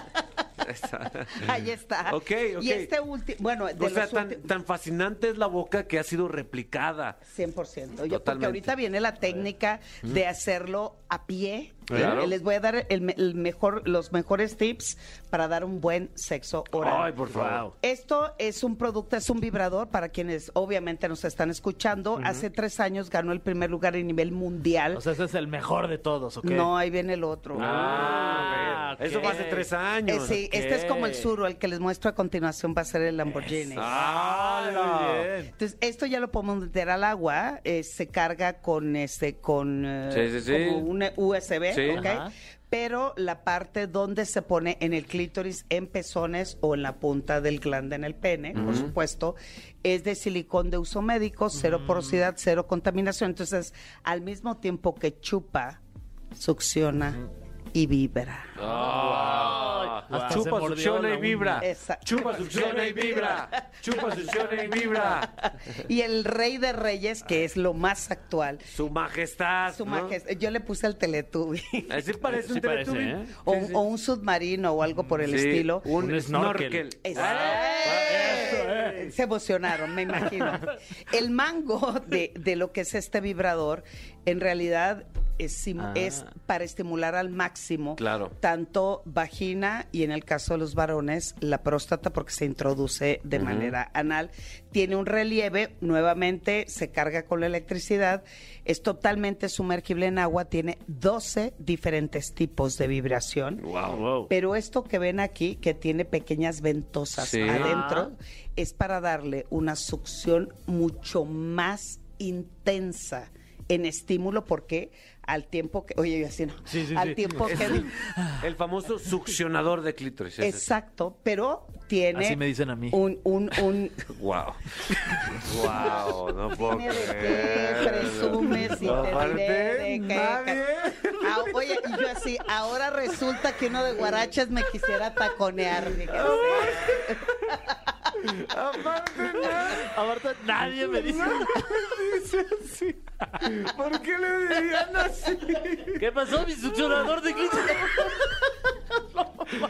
Speaker 2: Ahí está.
Speaker 7: Ah. Ahí está.
Speaker 2: Ok, ok.
Speaker 7: Y este último, bueno, de
Speaker 2: O sea,
Speaker 7: los
Speaker 2: tan,
Speaker 7: últimos-
Speaker 2: tan fascinante es la boca que ha sido replicada.
Speaker 7: 100%. Yo, porque
Speaker 2: Totalmente.
Speaker 7: ahorita viene la técnica de hacerlo a pie. ¿eh?
Speaker 2: Claro.
Speaker 7: Les voy a dar el, me- el mejor, los mejores tips para dar un buen sexo oral.
Speaker 2: Ay, por favor.
Speaker 7: Esto es un producto, es un vibrador para quienes obviamente nos están escuchando. Hace tres años ganó el primer lugar a nivel mundial.
Speaker 8: O sea, ese es el mejor de todos, ¿ok?
Speaker 7: No, ahí viene el otro.
Speaker 2: Ah,
Speaker 8: Ah,
Speaker 2: ok. Eso fue hace
Speaker 8: ok.
Speaker 2: tres años.
Speaker 7: Eh, sí, este es como el
Speaker 8: ok.
Speaker 7: suro, el que les muestro a continuación va a ser el Lamborghini.
Speaker 2: Ah, muy bien.
Speaker 7: Entonces, esto ya lo podemos meter al agua, eh, se carga con este, con eh,
Speaker 2: Sí, sí, sí.
Speaker 7: como un USB,
Speaker 2: Sí.
Speaker 7: ¿ok?
Speaker 8: Ajá.
Speaker 7: Pero la parte donde se pone en el clítoris, en pezones o en la punta del glande en el pene, por supuesto, es de silicón de uso médico, cero porosidad, cero contaminación. Entonces, al mismo tiempo que chupa, succiona y vibra.
Speaker 8: Hasta se
Speaker 2: Ah, Chupa,
Speaker 8: mordió
Speaker 2: succiona
Speaker 8: la
Speaker 2: y vibra.
Speaker 7: uña. Exacto.
Speaker 2: Chupa, succiona y vibra. Chupa, succiona y vibra.
Speaker 7: Y el rey de reyes,
Speaker 2: Ah.
Speaker 7: que es lo más actual.
Speaker 2: Su majestad.
Speaker 7: Su
Speaker 2: ¿no?
Speaker 7: majestad, yo le puse el Teletubby.
Speaker 2: Así parece
Speaker 4: Sí
Speaker 2: un
Speaker 4: parece,
Speaker 2: Teletubby.
Speaker 4: ¿eh?
Speaker 7: o, o un submarino o algo por el
Speaker 2: Sí,
Speaker 7: estilo.
Speaker 2: Un,
Speaker 4: Un
Speaker 2: snorkel.
Speaker 4: snorkel.
Speaker 7: Es- ¡Eh! Se emocionaron, me imagino. El mango de, de lo que es este vibrador, en realidad es, simu- es para estimular al máximo
Speaker 2: Ah. Claro.
Speaker 7: tanto vagina y en el caso de los varones la próstata porque se introduce de manera anal. Tiene un relieve, nuevamente se carga con la electricidad, es totalmente sumergible en agua, tiene 12 diferentes tipos de vibración.
Speaker 4: Wow, wow.
Speaker 7: Pero esto que ven aquí, que tiene pequeñas ventosas
Speaker 2: Sí.
Speaker 7: adentro, es para darle una succión mucho más intensa en estímulo, porque al tiempo que. Oye, yo así no. al tiempo que.
Speaker 2: El famoso succionador de clítoris. ese.
Speaker 7: Exacto, pero tiene.
Speaker 8: Así me dicen a mí.
Speaker 7: Un, un, un.
Speaker 2: Wow. Wow, no puedo
Speaker 7: Dime de qué
Speaker 2: creerlo.
Speaker 7: presumes y te diré de qué.
Speaker 2: nadie.
Speaker 7: Ah, oye, y yo así, ahora resulta que uno de guarachas me quisiera taconear. fíjate.
Speaker 2: Aparte, nadie.
Speaker 8: Aparte, nadie me dice.
Speaker 2: dice así. ¿Por qué le dirían así?
Speaker 8: ¿Qué pasó, mi succionador de clítoris?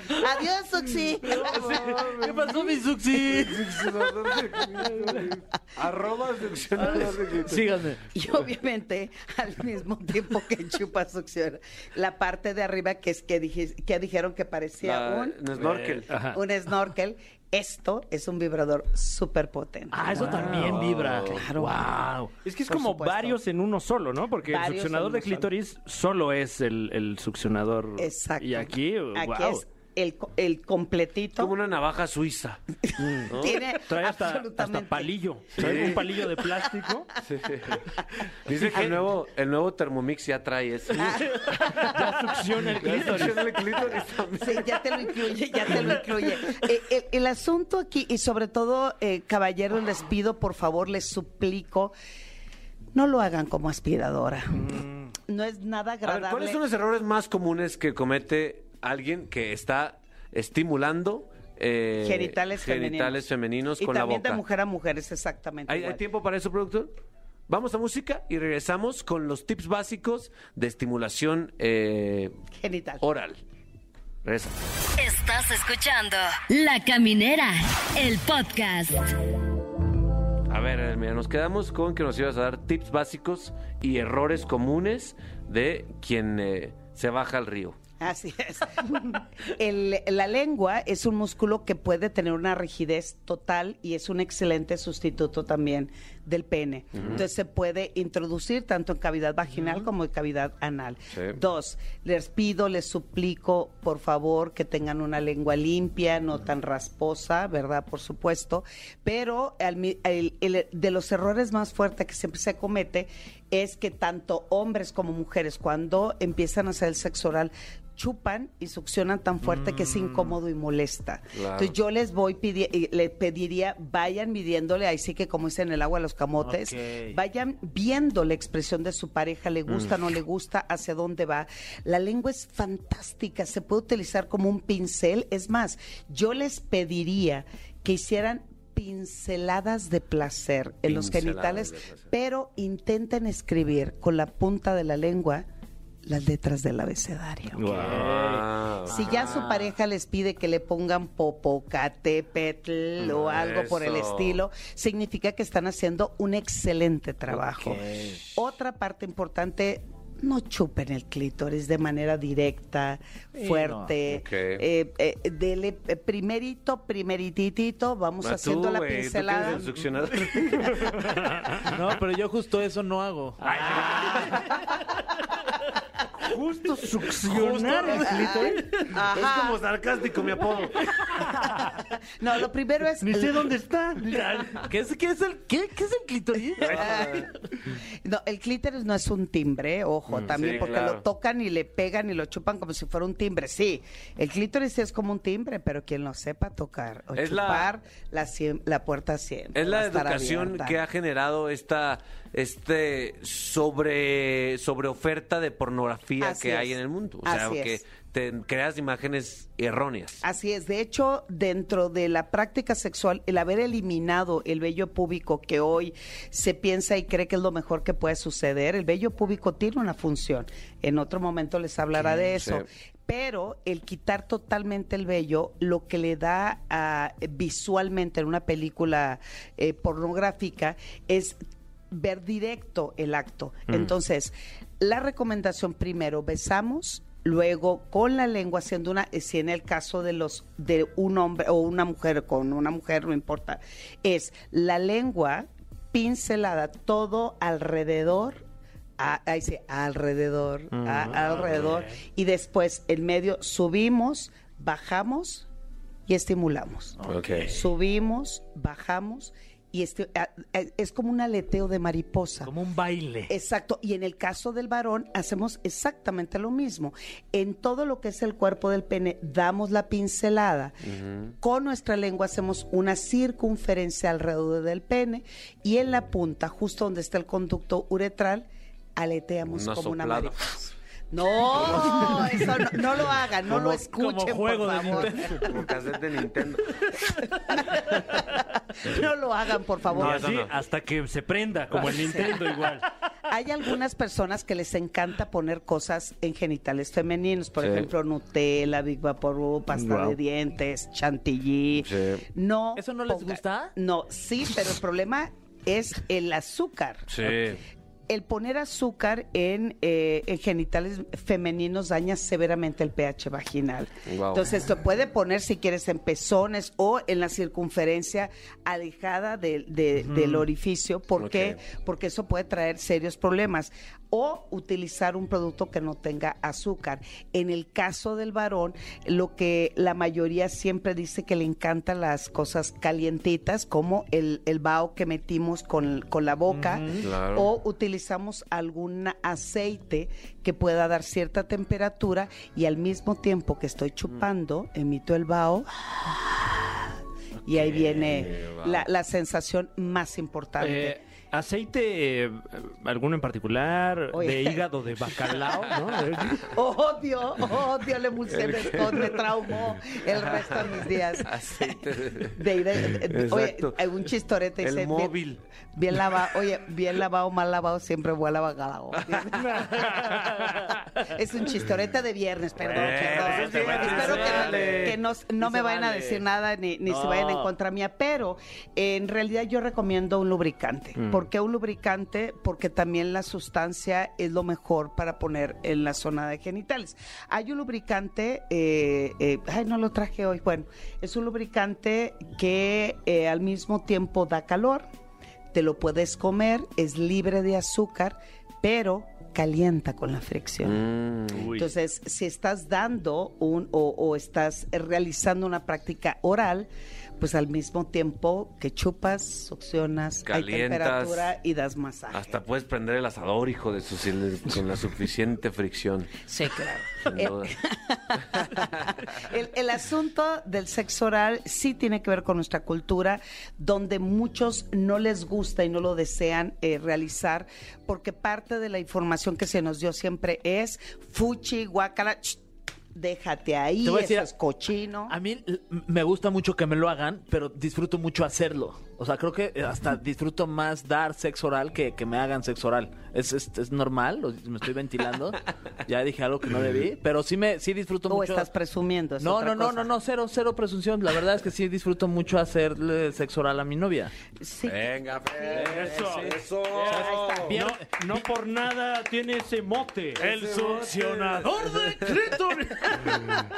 Speaker 7: Adiós, Suxi.
Speaker 8: ¿Qué pasó, mi suxi?
Speaker 2: Succionador de clítoris. Arroba succionador de clítoris.
Speaker 8: Síganme.
Speaker 7: Y obviamente, al mismo tiempo que chupa succiona, la parte de arriba que es que, dije- que dijeron que parecía
Speaker 2: La-
Speaker 4: Eh,
Speaker 7: un,
Speaker 2: un snorkel.
Speaker 7: un snorkel, Esto es un vibrador súper potente.
Speaker 4: Ah, eso también vibra.
Speaker 7: Claro.
Speaker 4: Wow. Es que es
Speaker 7: Por
Speaker 4: como
Speaker 7: supuesto.
Speaker 4: varios en uno solo, ¿no? Porque el
Speaker 7: Varios
Speaker 4: succionador
Speaker 7: en
Speaker 4: de
Speaker 7: uno solo.
Speaker 4: clítoris solo es el, el succionador.
Speaker 7: Exacto.
Speaker 4: Y aquí,
Speaker 7: Aquí
Speaker 4: wow.
Speaker 7: es el, co- el completito.
Speaker 2: Como una navaja suiza.
Speaker 7: Tiene
Speaker 4: Trae hasta,
Speaker 7: absolutamente.
Speaker 4: hasta palillo. Trae un palillo de plástico.
Speaker 2: Dice que el nuevo, el nuevo Thermomix ya trae eso.
Speaker 7: Ah,
Speaker 4: Ya succiona el clítoris.
Speaker 2: Succiona el clítoris también.
Speaker 7: Sí, ya te lo incluye, ya te lo incluye. Eh, el, el asunto aquí, y sobre todo, eh, caballeros, les pido, por favor, les suplico, no lo hagan como aspiradora. No es nada
Speaker 2: A ver,
Speaker 7: agradable.
Speaker 2: ¿cuáles son los errores más comunes que comete alguien que está estimulando eh,
Speaker 7: genitales femeninos.
Speaker 2: genitales femeninos
Speaker 7: y
Speaker 2: con la
Speaker 7: también
Speaker 2: boca?
Speaker 7: de mujer a mujer es exactamente
Speaker 2: ¿Hay, hay
Speaker 7: igual.
Speaker 2: tiempo para eso, productor? Vamos a música y regresamos con los tips básicos de estimulación eh,
Speaker 7: Genital.
Speaker 2: oral. Regresa.
Speaker 5: Estás escuchando La Caminera, el podcast.
Speaker 2: A ver, Edelmira, nos quedamos con que nos ibas a dar tips básicos y errores comunes de quien eh, se baja al río.
Speaker 7: Así es. El- la lengua es un músculo que puede tener una rigidez total y es un excelente sustituto también del pene. Entonces se puede introducir tanto en cavidad vaginal como en cavidad anal.
Speaker 2: Sí.
Speaker 7: Dos, les pido, les suplico, por favor, que tengan una lengua limpia, no tan rasposa, ¿verdad? Por supuesto. Pero al mi- el- el- de los errores más fuertes que siempre se comete es que tanto hombres como mujeres, cuando empiezan a hacer el sexo oral, chupan y succionan tan fuerte que es incómodo y molesta.
Speaker 2: Claro.
Speaker 7: Entonces yo les voy pidi- y le pediría, vayan midiéndole, ahí sí que como dicen el agua a los camotes,
Speaker 3: Ok.
Speaker 7: vayan viendo la expresión de su pareja, le gusta, no le gusta, hacia dónde va. La lengua es fantástica, se puede utilizar como un pincel. Es más, yo les pediría que hicieran pinceladas de placer en los
Speaker 2: Pinceladas
Speaker 7: genitales,
Speaker 2: de placer.
Speaker 7: pero intenten escribir con la punta de la lengua las letras del abecedario.
Speaker 2: Ah.
Speaker 7: Si ya su pareja les pide que le pongan popocatépetl o algo por el
Speaker 2: Eso.
Speaker 7: estilo, significa que están haciendo un excelente trabajo. Otra parte importante, no chupen el clítoris de manera directa, fuerte.
Speaker 2: Ok.
Speaker 7: Eh, eh, dele eh, primerito, primerititito, vamos
Speaker 2: Ah,
Speaker 7: haciendo
Speaker 2: tú,
Speaker 7: la
Speaker 2: güey, tú que eres
Speaker 7: pincelada.
Speaker 2: el succionador.
Speaker 3: No, pero yo justo eso no hago.
Speaker 4: Justo succionar el clítoris.
Speaker 2: Es como sarcástico mi apodo.
Speaker 7: No, lo primero es...
Speaker 4: Ni sé dónde está.
Speaker 3: ¿Qué es, qué es el, qué, qué es el clitoris?
Speaker 7: No, el clítoris no es un timbre, ojo, también
Speaker 2: Mm, sí,
Speaker 7: porque
Speaker 2: claro.
Speaker 7: lo tocan y le pegan y lo chupan como si fuera un timbre. Sí, el clítoris sí es como un timbre, pero quien lo sepa tocar o
Speaker 2: Es la-
Speaker 7: chupar, la, siem- la puerta siempre.
Speaker 2: Es
Speaker 7: va
Speaker 2: la
Speaker 7: a estar
Speaker 2: educación
Speaker 7: abierta.
Speaker 2: que ha generado esta este sobre sobre oferta de pornografía
Speaker 7: Así
Speaker 2: que hay
Speaker 7: es.
Speaker 2: en el mundo, o sea,
Speaker 7: Así
Speaker 2: que
Speaker 7: es. Ah.
Speaker 2: te creas imágenes erróneas.
Speaker 7: Así es, de hecho, dentro de la práctica sexual, el haber eliminado el vello púbico que hoy se piensa y cree que es lo mejor que puede suceder, el vello púbico tiene una función. En otro momento les hablará de eso. Pero el quitar totalmente el vello, lo que le da a- visualmente en una película eh, pornográfica es ver directo el acto. Entonces, la recomendación primero, besamos, luego con la lengua haciendo una, eh, si en el caso de los, de un hombre o una mujer, con una mujer, no importa, es la lengua pincelada todo alrededor. a- ahí sí, alrededor, a- alrededor. Y después en medio subimos, bajamos y estimulamos. Subimos, bajamos y este, a- a- es como un aleteo de mariposa.
Speaker 3: Como un baile.
Speaker 7: Exacto, y en el caso del varón hacemos exactamente lo mismo. En todo lo que es el cuerpo del pene damos la pincelada. Con nuestra lengua hacemos una circunferencia alrededor del pene y en la punta, justo donde está el conducto uretral, aleteamos
Speaker 2: Una
Speaker 7: como una
Speaker 2: soplada.
Speaker 7: mariposa. No, eso no, no lo hagan, no
Speaker 3: Como-
Speaker 7: lo escuchen,
Speaker 3: como juego de
Speaker 7: por favor.
Speaker 2: Como cassette de Nintendo.
Speaker 7: No lo hagan, por favor.
Speaker 4: Y
Speaker 2: eso
Speaker 4: así
Speaker 2: no.
Speaker 4: hasta que se prenda, como el Nintendo igual.
Speaker 7: Hay algunas personas que les encanta poner cosas en genitales femeninos, por
Speaker 2: Sí.
Speaker 7: ejemplo, Nutella, Big Vaporub, pasta
Speaker 4: Guau.
Speaker 7: de dientes, chantilly.
Speaker 2: Sí.
Speaker 7: No.
Speaker 3: ¿Eso no les gusta?
Speaker 7: No, sí, pero el problema es el azúcar.
Speaker 2: Sí.
Speaker 7: el poner azúcar en, eh, en genitales femeninos daña severamente el pH vaginal.
Speaker 9: Wow.
Speaker 7: Entonces, esto puede poner, si quieres, en pezones o en la circunferencia alejada del- de- del orificio. ¿Por qué? Porque eso puede traer serios problemas. O utilizar un producto que no tenga azúcar. En el caso del varón, lo que la mayoría siempre dice que le encantan las cosas calientitas, como el, el vaho que metimos con, con la boca,
Speaker 9: Claro.
Speaker 7: o utilizamos algún aceite que pueda dar cierta temperatura y al mismo tiempo que estoy chupando, emito el vaho. Y ahí viene la, la sensación más importante.
Speaker 4: Eh, ¿Aceite eh, alguno en particular?
Speaker 7: Oye.
Speaker 4: ¿De hígado de bacalao? ¿no?
Speaker 7: Odio, odio el emulsión de Scott, me traumó el resto de mis días.
Speaker 9: Aceite de-
Speaker 7: De ir de- de- oye,
Speaker 9: Exacto.
Speaker 7: hay un chistorete
Speaker 9: El
Speaker 7: dice,
Speaker 9: móvil.
Speaker 7: Bien, bien lavado, oye, bien lavado, mal lavado, siempre huele a bacalao. es un chistorete de viernes, perdón,
Speaker 4: Bueno,
Speaker 7: perdón.
Speaker 4: se vale,
Speaker 7: pues Espero
Speaker 4: se
Speaker 7: que, no-
Speaker 4: vale.
Speaker 7: que no, no
Speaker 4: Sí
Speaker 7: me
Speaker 4: se
Speaker 7: vayan a
Speaker 4: vale.
Speaker 7: decir nada ni, ni se vayan en
Speaker 4: No.
Speaker 7: contra mía, pero eh, en realidad yo recomiendo un lubricante. ¿Por qué un lubricante? Porque también la sustancia es lo mejor para poner en la zona de genitales. Hay un lubricante, eh, eh, ay, no lo traje hoy, bueno, es un lubricante que eh, al mismo tiempo da calor, te lo puedes comer, es libre de azúcar, pero calienta con la fricción.
Speaker 2: Mm,
Speaker 4: Uy.
Speaker 7: Entonces, si estás dando un o, o estás realizando una práctica oral, pues al mismo tiempo que chupas, succionas, hay
Speaker 9: Calientas.
Speaker 7: temperatura y das masaje.
Speaker 9: Hasta puedes prender el asador, hijo de su, si le- con la suficiente fricción.
Speaker 7: Sí, claro.
Speaker 9: Sin
Speaker 7: El-
Speaker 9: duda.
Speaker 7: El, el asunto del sexo oral sí tiene que ver con nuestra cultura, donde muchos no les gusta y no lo desean eh, realizar, porque parte de la información que se nos dio siempre es fuchi, guacala, déjate ahí,
Speaker 3: Te voy a
Speaker 7: eso
Speaker 3: decir-
Speaker 7: es cochino.
Speaker 3: A mí l- me gusta mucho que me lo hagan, pero disfruto mucho hacerlo. O sea, creo que eh, hasta disfruto más dar sexo oral que que me hagan sexo oral. Es, es, es normal, lo- me estoy ventilando. ya dije algo que no debí, pero sí me sí disfruto
Speaker 7: O
Speaker 3: mucho.
Speaker 7: Oh, estás presumiendo. es
Speaker 3: no,
Speaker 7: otra
Speaker 3: no, no,
Speaker 7: cosa.
Speaker 3: no, no, cero, cero presunción. La verdad es que sí disfruto mucho hacerle sexo oral a mi novia.
Speaker 7: Sí,
Speaker 9: Venga, Fer.
Speaker 4: Eso.
Speaker 9: Eso.
Speaker 4: Oh, No, no por nada tiene ese mote. El succionador de Clinton.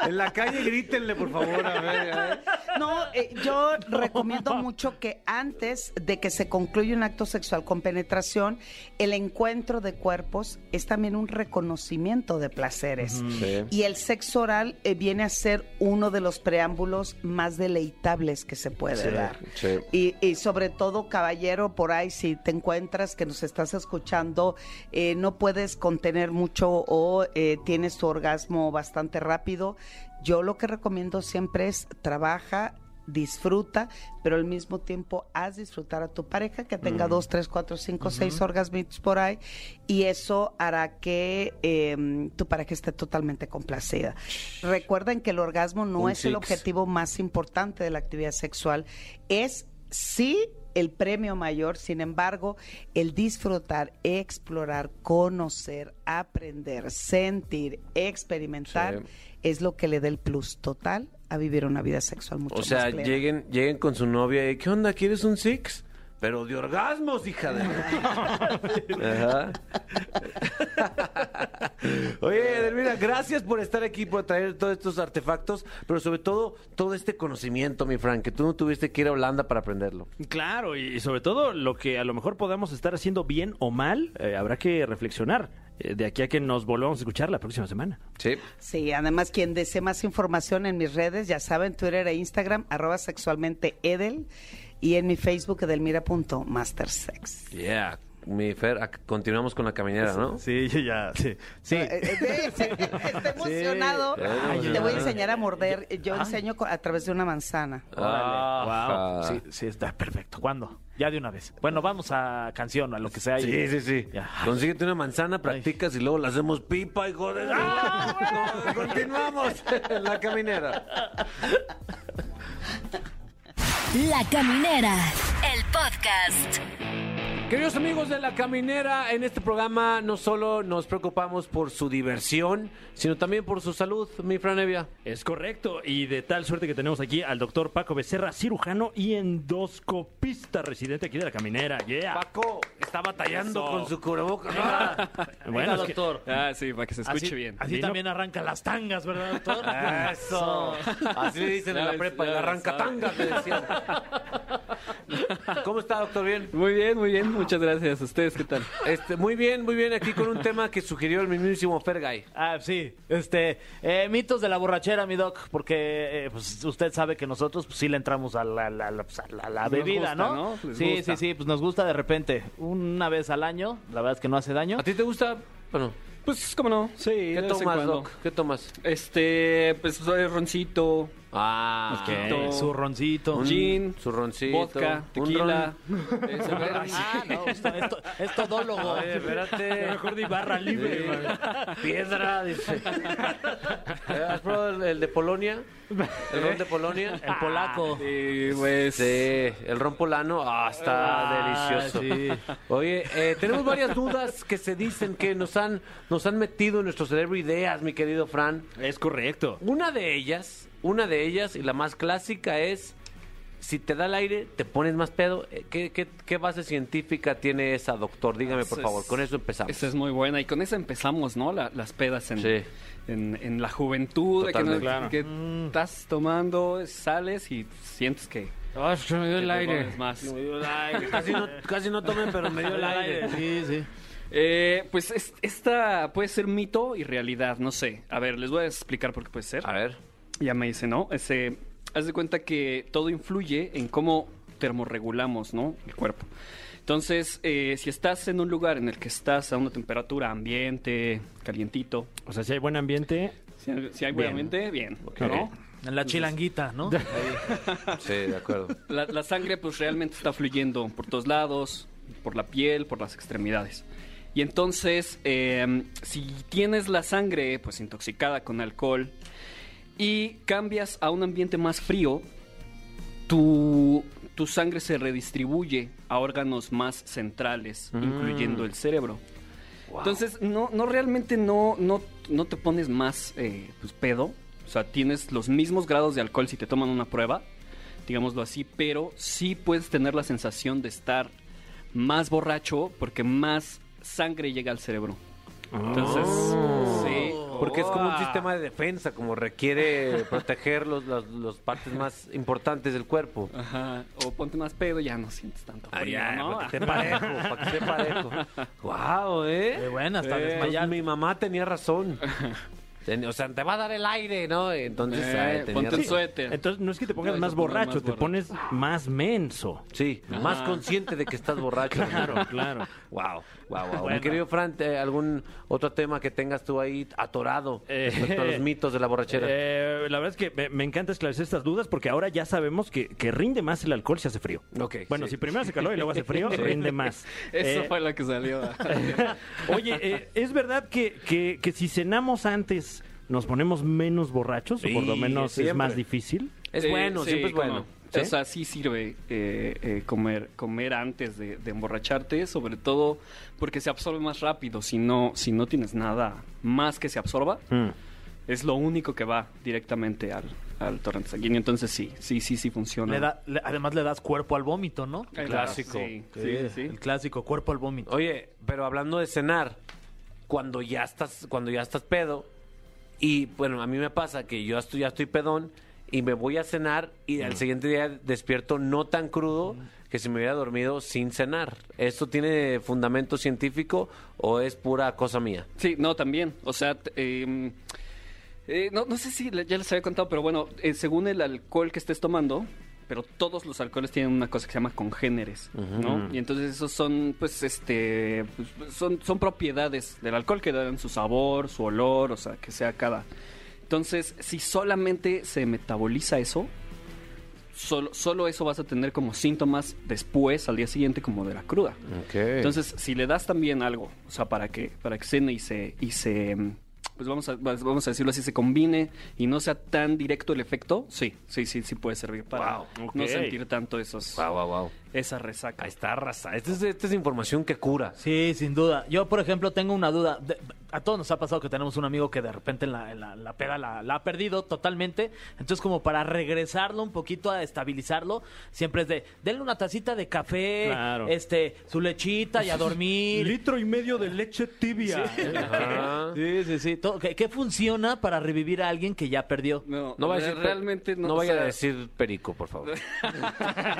Speaker 2: En la calle grítenle, por favor, a ver. a ver.
Speaker 7: No, eh, yo recomiendo mucho que antes de que se concluya un acto sexual con penetración, el encuentro de cuerpos es también un reconocimiento de placeres. Y el sexo oral eh, viene a ser uno de los preámbulos más deleitables que se puede dar.
Speaker 9: sí.
Speaker 7: Y, y sobre todo, caballero, por ahí, si te encuentras que nos estás escuchando, eh, no puedes contener mucho o eh, tienes tu orgasmo bastante rápido, yo lo que recomiendo siempre es trabaja, disfruta, pero al mismo tiempo haz disfrutar a tu pareja que
Speaker 9: Mm.
Speaker 7: tenga dos, tres, cuatro, cinco, seis orgasmitos por ahí y eso hará que eh, tu pareja esté totalmente complacida. Recuerden que el orgasmo no
Speaker 9: Un
Speaker 7: es el
Speaker 9: six.
Speaker 7: objetivo más importante de la actividad sexual, es sí el premio mayor, sin embargo, el disfrutar, explorar, conocer, aprender, sentir, experimentar
Speaker 9: Sí.
Speaker 7: es lo que le da el plus total a vivir una vida sexual mucho
Speaker 9: O sea,
Speaker 7: más plena.
Speaker 9: lleguen, lleguen con su novia y ¿qué onda? ¿Quieres un six? Pero de orgasmos, hija de. Ajá.
Speaker 2: Oye, Edelmira, gracias por estar aquí, por traer todos estos artefactos, pero sobre todo, todo este conocimiento, mi Frank, que tú no tuviste que ir a Holanda para aprenderlo.
Speaker 4: Claro, y y sobre todo lo que a lo mejor podamos estar haciendo bien o mal, eh, habrá que reflexionar eh, de aquí a que nos volvamos a escuchar la próxima semana.
Speaker 9: Sí.
Speaker 7: Sí, además quien desee más información en mis redes, ya saben, Twitter e Instagram, arroba sexualmente Edel y en mi Facebook edelmira.mastersex.
Speaker 9: Yeah. Mi Fer, ac- continuamos con la caminera, ¿no?
Speaker 8: Sí, ya, sí. Sí.
Speaker 7: Eh, eh, eh, Está emocionado.
Speaker 9: Ay,
Speaker 7: Te voy a
Speaker 9: ya.
Speaker 7: enseñar a morder. Yo enseño co- a través de una manzana.
Speaker 3: Ah,
Speaker 9: Ajá.
Speaker 3: wow. Sí, sí, está perfecto. ¿Cuándo? Ya de una vez. Bueno, vamos a canción, a lo que sea.
Speaker 9: Sí, sí, sí.
Speaker 3: Ya.
Speaker 9: Consíguete una manzana, practicas y luego la hacemos pipa, hijo de.
Speaker 2: ¡Ah,
Speaker 9: No, continuamos en la caminera.
Speaker 5: La Caminera, el podcast.
Speaker 2: Queridos amigos de La Caminera, en este programa no solo nos preocupamos por su diversión, sino también por su salud, mi franevia.
Speaker 4: Es correcto, y de tal suerte que tenemos aquí al doctor Paco Becerra, cirujano y endoscopista residente aquí de la caminera. Yeah.
Speaker 2: Paco está batallando
Speaker 4: Eso.
Speaker 2: con su cubrebocas.
Speaker 4: Bueno, es que-
Speaker 3: doctor.
Speaker 9: Ah, sí, para que se escuche
Speaker 3: Así,
Speaker 9: bien.
Speaker 3: así
Speaker 4: Dilo.
Speaker 3: también arranca las tangas, ¿verdad, doctor?
Speaker 2: Eso. Así le dicen en la
Speaker 9: Sabes,
Speaker 2: prepa, el
Speaker 9: ya
Speaker 2: arranca tanga, te decían. ¿Cómo está, doctor? ¿Bien?
Speaker 9: Muy bien, muy bien. Muchas gracias. ¿Ustedes qué tal?
Speaker 2: Este, muy bien, muy bien. Aquí con un tema que sugirió el mismísimo Fergay.
Speaker 3: Ah, sí. Este, eh, mitos de la borrachera, mi doc, porque eh, pues, usted sabe que nosotros pues, sí le entramos a la, la- la- pues, a la- la
Speaker 9: Nos
Speaker 3: bebida,
Speaker 9: gusta,
Speaker 3: ¿no?
Speaker 9: ¿no? Les
Speaker 3: Sí,
Speaker 9: gusta.
Speaker 3: sí, sí, pues nos gusta de repente. Una vez al año, la verdad es que no hace daño.
Speaker 2: ¿A ti te gusta? Bueno,
Speaker 9: Pues, ¿cómo no? Sí,
Speaker 2: ¿qué
Speaker 9: de vez en
Speaker 2: tomas,
Speaker 9: cuando.
Speaker 2: Doc? ¿Qué tomas?
Speaker 9: Este, pues, eh, roncito,
Speaker 2: Ah,
Speaker 9: mosquito,
Speaker 3: Su roncito.
Speaker 9: gin,
Speaker 2: su roncito,
Speaker 9: vodka,
Speaker 2: un
Speaker 9: tequila. eh,
Speaker 3: Ah, no, esto- esto- es todólogo.
Speaker 2: espérate.
Speaker 4: Mejor de barra libre. man.
Speaker 2: Piedra, dice. ¿Has probado el, el de Polonia? ¿Eh? ¿El ron de Polonia?
Speaker 3: El polaco.
Speaker 9: eh, pues,
Speaker 2: Sí, el ron polano, ah, está delicioso. Oye, eh, tenemos varias dudas que se dicen que nos han, nos han metido en nuestro cerebro ideas, mi querido Fran.
Speaker 4: Es correcto.
Speaker 2: Una de ellas, una de ellas y la más clásica es, si te da el aire, te pones más pedo. Eh, ¿Qué, qué- qué base científica tiene esa, doctor? Dígame, por
Speaker 9: Eso
Speaker 2: favor,
Speaker 9: es-
Speaker 2: con eso empezamos.
Speaker 9: Esa es muy buena. Y con esa empezamos, ¿no? La- las pedas en,
Speaker 2: Sí.
Speaker 9: en, en la juventud. de que no-
Speaker 2: Totalmente. Mm. Claro.
Speaker 9: Que, estás tomando, sales y sientes Ah, que... me dio el aire. Más.
Speaker 2: Casi no, casi no tomen, pero me dio el aire.
Speaker 3: Sí, sí.
Speaker 9: Eh, pues es- esta puede ser mito y realidad, no sé. A ver, les voy a explicar por qué puede ser.
Speaker 2: A ver.
Speaker 9: Ya me dice, ¿no? Ese, haz de cuenta que todo influye en cómo termorregulamos, ¿no? El cuerpo. Entonces, eh, si estás en un lugar en el que estás a una temperatura ambiente, calientito,
Speaker 4: O sea, si hay buen ambiente,
Speaker 9: si, si hay
Speaker 4: Bien.
Speaker 9: buen ambiente, bien, ¿no?
Speaker 3: En la chilanguita, ¿no?
Speaker 2: Sí, de acuerdo.
Speaker 9: La, la sangre pues realmente está fluyendo por todos lados, por la piel, por las extremidades. Y entonces, eh, si tienes la sangre pues intoxicada con alcohol y cambias a un ambiente más frío, tu, tu sangre se redistribuye a órganos más centrales, incluyendo el cerebro. Entonces, no, no realmente no, no, no te pones más eh, pues, pedo. O sea, tienes los mismos grados de alcohol si te toman una prueba, digámoslo así, pero sí puedes tener la sensación de estar más borracho porque más sangre llega al cerebro. Entonces,
Speaker 2: Oh.
Speaker 9: sí.
Speaker 2: Porque es como un sistema de defensa, como requiere proteger los, los, los partes más importantes del cuerpo.
Speaker 9: Ajá. O ponte más pedo, ya no sientes tanto
Speaker 2: Ah,
Speaker 9: frío, ¿no?
Speaker 2: para que esté parejo, para que esté parejo. Wow,
Speaker 3: Qué
Speaker 2: eh.
Speaker 3: buena, hasta
Speaker 2: Pues,
Speaker 3: desmayar.
Speaker 2: mi mamá tenía razón. Ten- O sea, te va a dar el aire, ¿no? Entonces,
Speaker 9: Eh,
Speaker 2: ay, tenía
Speaker 9: ponte el
Speaker 2: razón.
Speaker 9: suéter.
Speaker 4: entonces no es que te pongas
Speaker 9: No,
Speaker 4: más
Speaker 9: eso pone
Speaker 4: borracho,
Speaker 9: más
Speaker 4: te
Speaker 9: borracho.
Speaker 4: pones más menso.
Speaker 2: Sí, más consciente de que estás borracho.
Speaker 4: Claro, claro.
Speaker 2: Wow, wow, wow. Mi querido Fran, eh, ¿algún otro tema que tengas tú ahí atorado
Speaker 4: Eh,
Speaker 2: respecto a los mitos de la borrachera?
Speaker 4: Eh, la verdad es que me, me encanta esclarecer estas dudas porque ahora ya sabemos que, que rinde más el alcohol si hace frío.
Speaker 2: Ok,
Speaker 4: bueno,
Speaker 2: sí.
Speaker 4: si primero hace calor y luego hace frío, rinde más.
Speaker 9: Eso
Speaker 4: Eh,
Speaker 9: fue la que salió.
Speaker 4: Oye, eh, ¿es verdad que, que- que si cenamos antes nos ponemos menos borrachos? o por lo
Speaker 2: Sí,
Speaker 4: menos
Speaker 2: siempre.
Speaker 4: es más difícil.
Speaker 2: es
Speaker 9: Eh,
Speaker 2: bueno,
Speaker 9: sí,
Speaker 2: siempre es
Speaker 9: cómo
Speaker 2: bueno.
Speaker 9: no. O sea, sí sirve eh, eh, comer, comer antes de, de emborracharte, sobre todo porque se absorbe más rápido. Si no, si no tienes nada más que se absorba,
Speaker 4: Mm.
Speaker 9: es lo único que va directamente al, al torrente sanguíneo. Entonces sí, sí, sí, sí funciona.
Speaker 3: Le da- le- además le das cuerpo al vómito, ¿no?
Speaker 9: Claro,
Speaker 2: clásico.
Speaker 9: Sí, sí,
Speaker 3: Sí,
Speaker 9: sí.
Speaker 3: El clásico, cuerpo al vómito.
Speaker 2: Oye, pero hablando de cenar, cuando ya estás, cuando ya estás pedo, y bueno, a mí me pasa que yo estoy, ya estoy pedón y me voy a cenar y al siguiente día despierto no tan crudo que si me hubiera dormido sin cenar. ¿Esto tiene fundamento científico o es pura cosa mía?
Speaker 9: Sí, no, también. O sea, t- eh, eh, no, no sé si le- ya les había contado, pero bueno, eh, según el alcohol que estés tomando, pero todos los alcoholes tienen una cosa que se llama congéneres, ¿no? Y entonces esos son, pues, este, pues, son, son propiedades del alcohol que dan su sabor, su olor, o sea, que sea cada. Entonces, si solamente se metaboliza eso, solo, solo eso vas a tener como síntomas después, al día siguiente, como de la cruda. Entonces, si le das también algo, o sea, para que, para que cene y se, y se mm, pues vamos a, vas- vamos a decirlo así, se combine y no sea tan directo el efecto, sí, sí, sí, sí puede servir para
Speaker 4: Wow, ok.
Speaker 9: no sentir tanto esos,
Speaker 2: wow, wow.
Speaker 9: esa resaca.
Speaker 2: Ahí está, raza. Esta es, esta es información que cura.
Speaker 3: Sí, sin duda. Yo, por ejemplo, tengo una duda. De- a todos nos ha pasado que tenemos un amigo que de repente en la, en la- la peda la, la ha perdido totalmente. Entonces, como para regresarlo un poquito a estabilizarlo, siempre es de denle una tacita de café,
Speaker 4: Claro.
Speaker 3: este, su lechita y a dormir.
Speaker 4: Litro y medio de leche tibia.
Speaker 2: Ajá.
Speaker 3: sí, sí, sí. Todo- ¿qué, qué funciona para revivir a alguien que ya perdió?
Speaker 2: No vaya a
Speaker 9: re-
Speaker 2: decir,
Speaker 9: realmente no.
Speaker 2: no
Speaker 9: o
Speaker 2: vaya
Speaker 9: sea,
Speaker 2: a decir perico, por favor.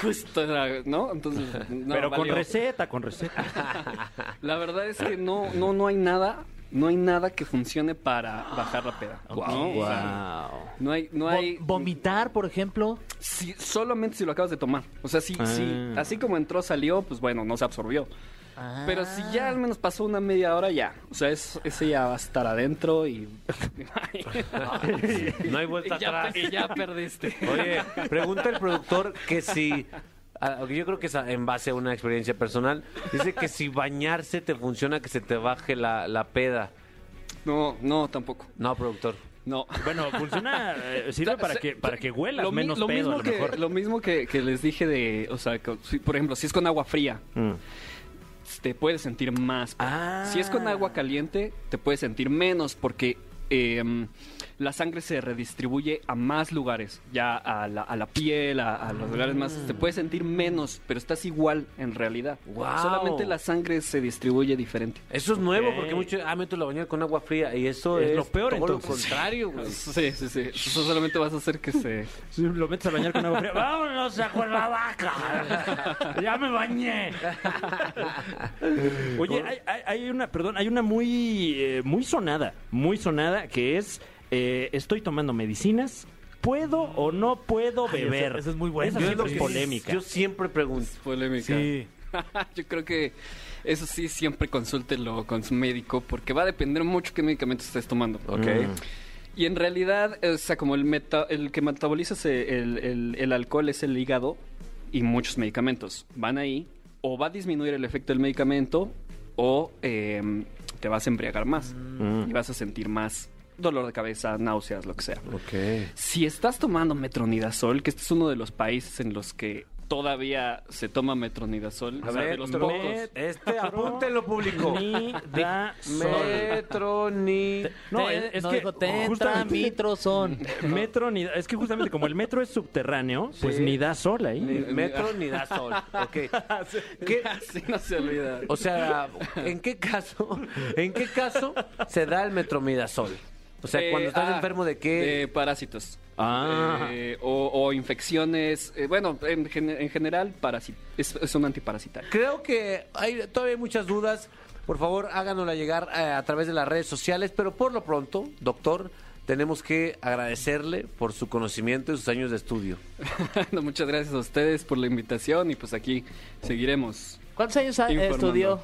Speaker 9: Justo, era, ¿no? Entonces, no,
Speaker 4: Pero con
Speaker 9: valió.
Speaker 4: receta, con receta.
Speaker 9: La verdad es que no, no, no hay nada, no hay nada que funcione para bajar la peda. ¿no? O sea, no hay, no
Speaker 3: Vo-
Speaker 9: hay.
Speaker 3: vomitar, por ejemplo.
Speaker 9: si- solamente si lo acabas de tomar. O sea, si, si-
Speaker 2: Ah.
Speaker 9: así como entró, salió, pues bueno, no se absorbió. Pero si ya al menos pasó una media hora, ya. O sea, es, ese ya va a estar adentro y.
Speaker 2: No hay vuelta
Speaker 9: Y ya-
Speaker 2: atrás.
Speaker 9: y ya perdiste.
Speaker 2: Oye, pregunta el productor que si. ah, Yo creo que es a- en base a una experiencia personal. Dice que si bañarse te funciona que se te baje la, la peda.
Speaker 9: No, no, tampoco.
Speaker 2: No, productor.
Speaker 9: No.
Speaker 4: Bueno, funciona, eh, sirve
Speaker 9: Está-
Speaker 4: para
Speaker 9: se-
Speaker 4: que, para que huelas
Speaker 9: lo mi-
Speaker 4: menos
Speaker 9: lo
Speaker 4: pedo,
Speaker 9: mismo
Speaker 4: a lo
Speaker 9: que,
Speaker 4: mejor.
Speaker 9: lo mismo que, que les dije de, o sea, con- si- por ejemplo, si es con agua fría,
Speaker 4: Mm.
Speaker 9: te puedes sentir más. Si es con
Speaker 4: Ah.
Speaker 9: agua caliente, te puedes sentir menos porque eh, la sangre se redistribuye a más lugares, ya a la, a la piel, a, a los lugares más.
Speaker 4: Mm.
Speaker 9: Te puedes sentir menos, pero estás igual en realidad.
Speaker 2: Guau.
Speaker 9: Solamente la sangre se distribuye diferente.
Speaker 2: Eso es nuevo
Speaker 4: Ok.
Speaker 2: porque muchos. Ah, meto la bañar con agua fría. Y eso
Speaker 4: Es
Speaker 2: es,
Speaker 4: lo peor,
Speaker 2: todo lo
Speaker 4: entonces.
Speaker 2: contrario, güey.
Speaker 9: Sí, sí, sí. Eso solamente vas a hacer que se...
Speaker 4: Si Lo metes a bañar con agua fría. ¡Vámonos a Cuernavaca! ¡Ya me bañé! Oye, hay, hay- hay una, perdón, hay una muy, eh, muy sonada, muy sonada, que es, eh, estoy tomando medicinas, ¿puedo o no puedo beber?
Speaker 3: esa- esa es muy buena. Yo
Speaker 4: Esa siempre
Speaker 3: lo
Speaker 4: es
Speaker 3: que-
Speaker 4: polémica.
Speaker 2: Yo siempre pregunto.
Speaker 9: Polémica. Yo creo que eso sí, siempre consúltelo con su médico, porque va a depender mucho qué medicamento estés tomando. Mm.
Speaker 2: Ok.
Speaker 9: Y en realidad, o sea, como el, meta- el que metaboliza ese- el, el- el alcohol es el hígado y muchos medicamentos van ahí, o va a disminuir el efecto del medicamento, o eh, te vas a embriagar más y vas a sentir más dolor de cabeza, náuseas, lo que sea.
Speaker 2: Ok.
Speaker 9: Si estás tomando metronidazol, que este es uno de los países en los que todavía se toma metronidazol,
Speaker 2: A
Speaker 9: o sea,
Speaker 2: ver,
Speaker 9: de los
Speaker 2: met-
Speaker 9: pocos.
Speaker 2: este apúntelo público.
Speaker 4: Ni da sol.
Speaker 2: Metro ni.
Speaker 4: No,
Speaker 3: Te-
Speaker 4: es- es
Speaker 3: no
Speaker 4: que
Speaker 3: dijo "Te entra
Speaker 4: justamente-
Speaker 3: mitrozón".
Speaker 4: Metro ni es que justamente como el metro es subterráneo, pues
Speaker 2: Sí.
Speaker 4: ni da sol ahí.
Speaker 2: Ni metro ni da sol. Ok. ¿Qué-
Speaker 9: Así no se olvida.
Speaker 2: o sea, ¿en qué caso, en qué caso se da el metromidazol? O sea,
Speaker 9: Eh,
Speaker 2: cuando estás
Speaker 9: ah,
Speaker 2: enfermo de qué.
Speaker 9: De parásitos.
Speaker 4: Ah.
Speaker 9: Eh, o, o infecciones. eh, bueno, en, gen- en general, parasi- es, es un antiparasitario.
Speaker 2: Creo que hay todavía hay muchas dudas. Por favor, háganosla llegar eh, a través de las redes sociales, pero por lo pronto, doctor, tenemos que agradecerle por su conocimiento y sus años de estudio.
Speaker 9: No, muchas gracias a ustedes por la invitación y pues aquí seguiremos.
Speaker 3: ¿Cuántos años ha-
Speaker 9: Informando.
Speaker 3: eh, estudió?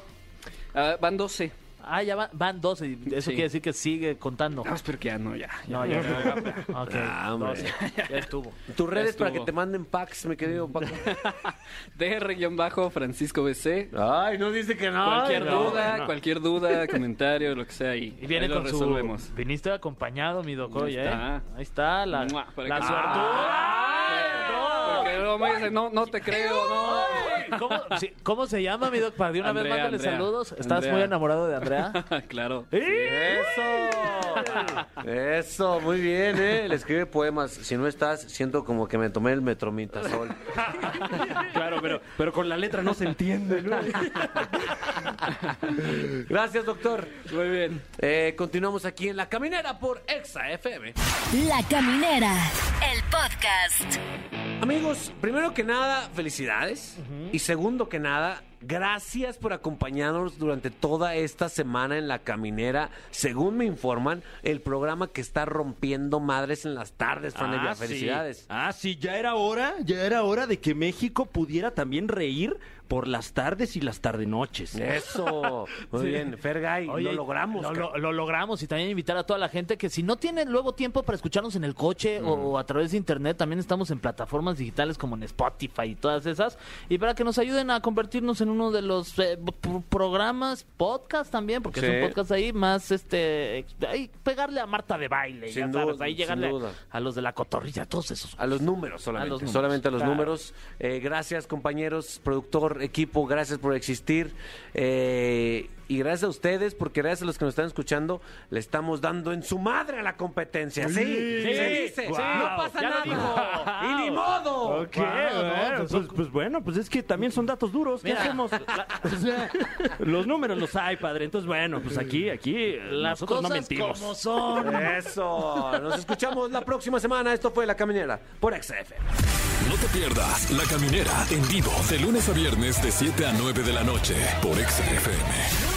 Speaker 9: Ah, van 12.
Speaker 3: Ah, ya va- van 12. y Eso
Speaker 9: Sí.
Speaker 3: quiere decir que sigue contando.
Speaker 9: No, Ah, espero que ya no, ya.
Speaker 3: No, ya, no. Ok,
Speaker 2: Ah, hombre.
Speaker 3: 12. Ya estuvo.
Speaker 2: Tus redes
Speaker 9: estuvo.
Speaker 2: para que te manden packs, mi querido Paco.
Speaker 9: DR-Bajo Francisco BC.
Speaker 2: Ay, no dice que no.
Speaker 9: Cualquier
Speaker 3: no,
Speaker 9: duda,
Speaker 4: no.
Speaker 9: cualquier duda, comentario, lo que sea. Y,
Speaker 3: Y viene
Speaker 9: ahí lo
Speaker 3: con
Speaker 9: resolvemos.
Speaker 3: su... Viniste acompañado, mi docoy,
Speaker 9: Ahí
Speaker 3: ¿eh?
Speaker 9: está.
Speaker 3: Ahí está la,
Speaker 9: Mua, para
Speaker 3: la
Speaker 9: que-
Speaker 3: suertuda.
Speaker 9: Porque luego me dicen, no, no te creo, no.
Speaker 3: ¿Cómo, sí, cómo se llama, mi doc? Para de una vez
Speaker 9: Andrea,
Speaker 3: mándale
Speaker 9: Andrea.
Speaker 3: saludos. ¿Estás
Speaker 9: Andrea. ¿eh?
Speaker 3: muy enamorado de Andrea?
Speaker 9: claro.
Speaker 3: ¿Eh?
Speaker 9: Pues,
Speaker 2: Eso. Eso, muy bien, ¿eh? Le escribe poemas. Si no estás, siento como que me tomé el metromitazol.
Speaker 4: Claro, pero, pero con la letra no se entiende, ¿no?
Speaker 2: Gracias, doctor.
Speaker 9: Muy bien.
Speaker 2: Eh, continuamos aquí en La Caminera por Exa FM.
Speaker 5: La Caminera, el podcast.
Speaker 2: Amigos, primero que nada, felicidades. Y segundo que nada, gracias por acompañarnos durante toda esta semana en La Caminera. Según me informan, el programa que está rompiendo madres en las tardes,
Speaker 3: Ah,
Speaker 2: Franevia.
Speaker 4: Ah, sí.
Speaker 2: felicidades.
Speaker 4: Ah, sí, ya era hora, ya era hora de que México pudiera también reír por las tardes y las tardenoches.
Speaker 2: Eso. Muy bien, Fergay,
Speaker 3: Oye,
Speaker 2: lo logramos.
Speaker 3: Lo,
Speaker 2: cabrón.
Speaker 3: lo- lo logramos y también invitar a toda la gente que si no tienen luego tiempo para escucharnos en el coche
Speaker 2: Mm.
Speaker 3: o, o a través de internet, también estamos en plataformas digitales como en Spotify y todas esas. Y para que nos ayuden a convertirnos en uno de los eh, p- programas, podcast también, porque
Speaker 2: Sí.
Speaker 3: es un podcast ahí más este. ahí pegarle a Marta de baile,
Speaker 2: Sin
Speaker 3: ya sabes,
Speaker 2: duda,
Speaker 3: ahí
Speaker 2: sin
Speaker 3: llegarle
Speaker 2: duda.
Speaker 3: a los de la cotorrilla, a todos esos.
Speaker 2: A los números solamente.
Speaker 3: A los números,
Speaker 2: solamente a los
Speaker 3: claro.
Speaker 2: números. Eh, gracias, compañeros, productor, equipo, gracias por existir. Eh, y gracias a ustedes, porque gracias a los que nos están escuchando, le estamos dando en su madre a la competencia. Sí, se dice,
Speaker 4: Guau,
Speaker 2: no pasa
Speaker 4: ya
Speaker 2: nada.
Speaker 4: lo dijo.
Speaker 2: Y ni modo.
Speaker 4: Ok,
Speaker 3: Wow, no,
Speaker 4: bueno,
Speaker 3: pues
Speaker 4: pues, pues bueno, pues es que también son datos duros. ¿Qué
Speaker 3: Mira.
Speaker 4: hacemos? La- los números los hay, padre. Entonces, bueno, pues aquí, aquí eh,
Speaker 3: Las
Speaker 4: nosotros no
Speaker 3: cosas
Speaker 4: mentimos.
Speaker 3: como son.
Speaker 2: Eso. Nos escuchamos la próxima semana. Esto fue La Caminera por XF.
Speaker 1: No te pierdas La Caminera en vivo de lunes a viernes de 7 a 9 de la noche por Exa FM.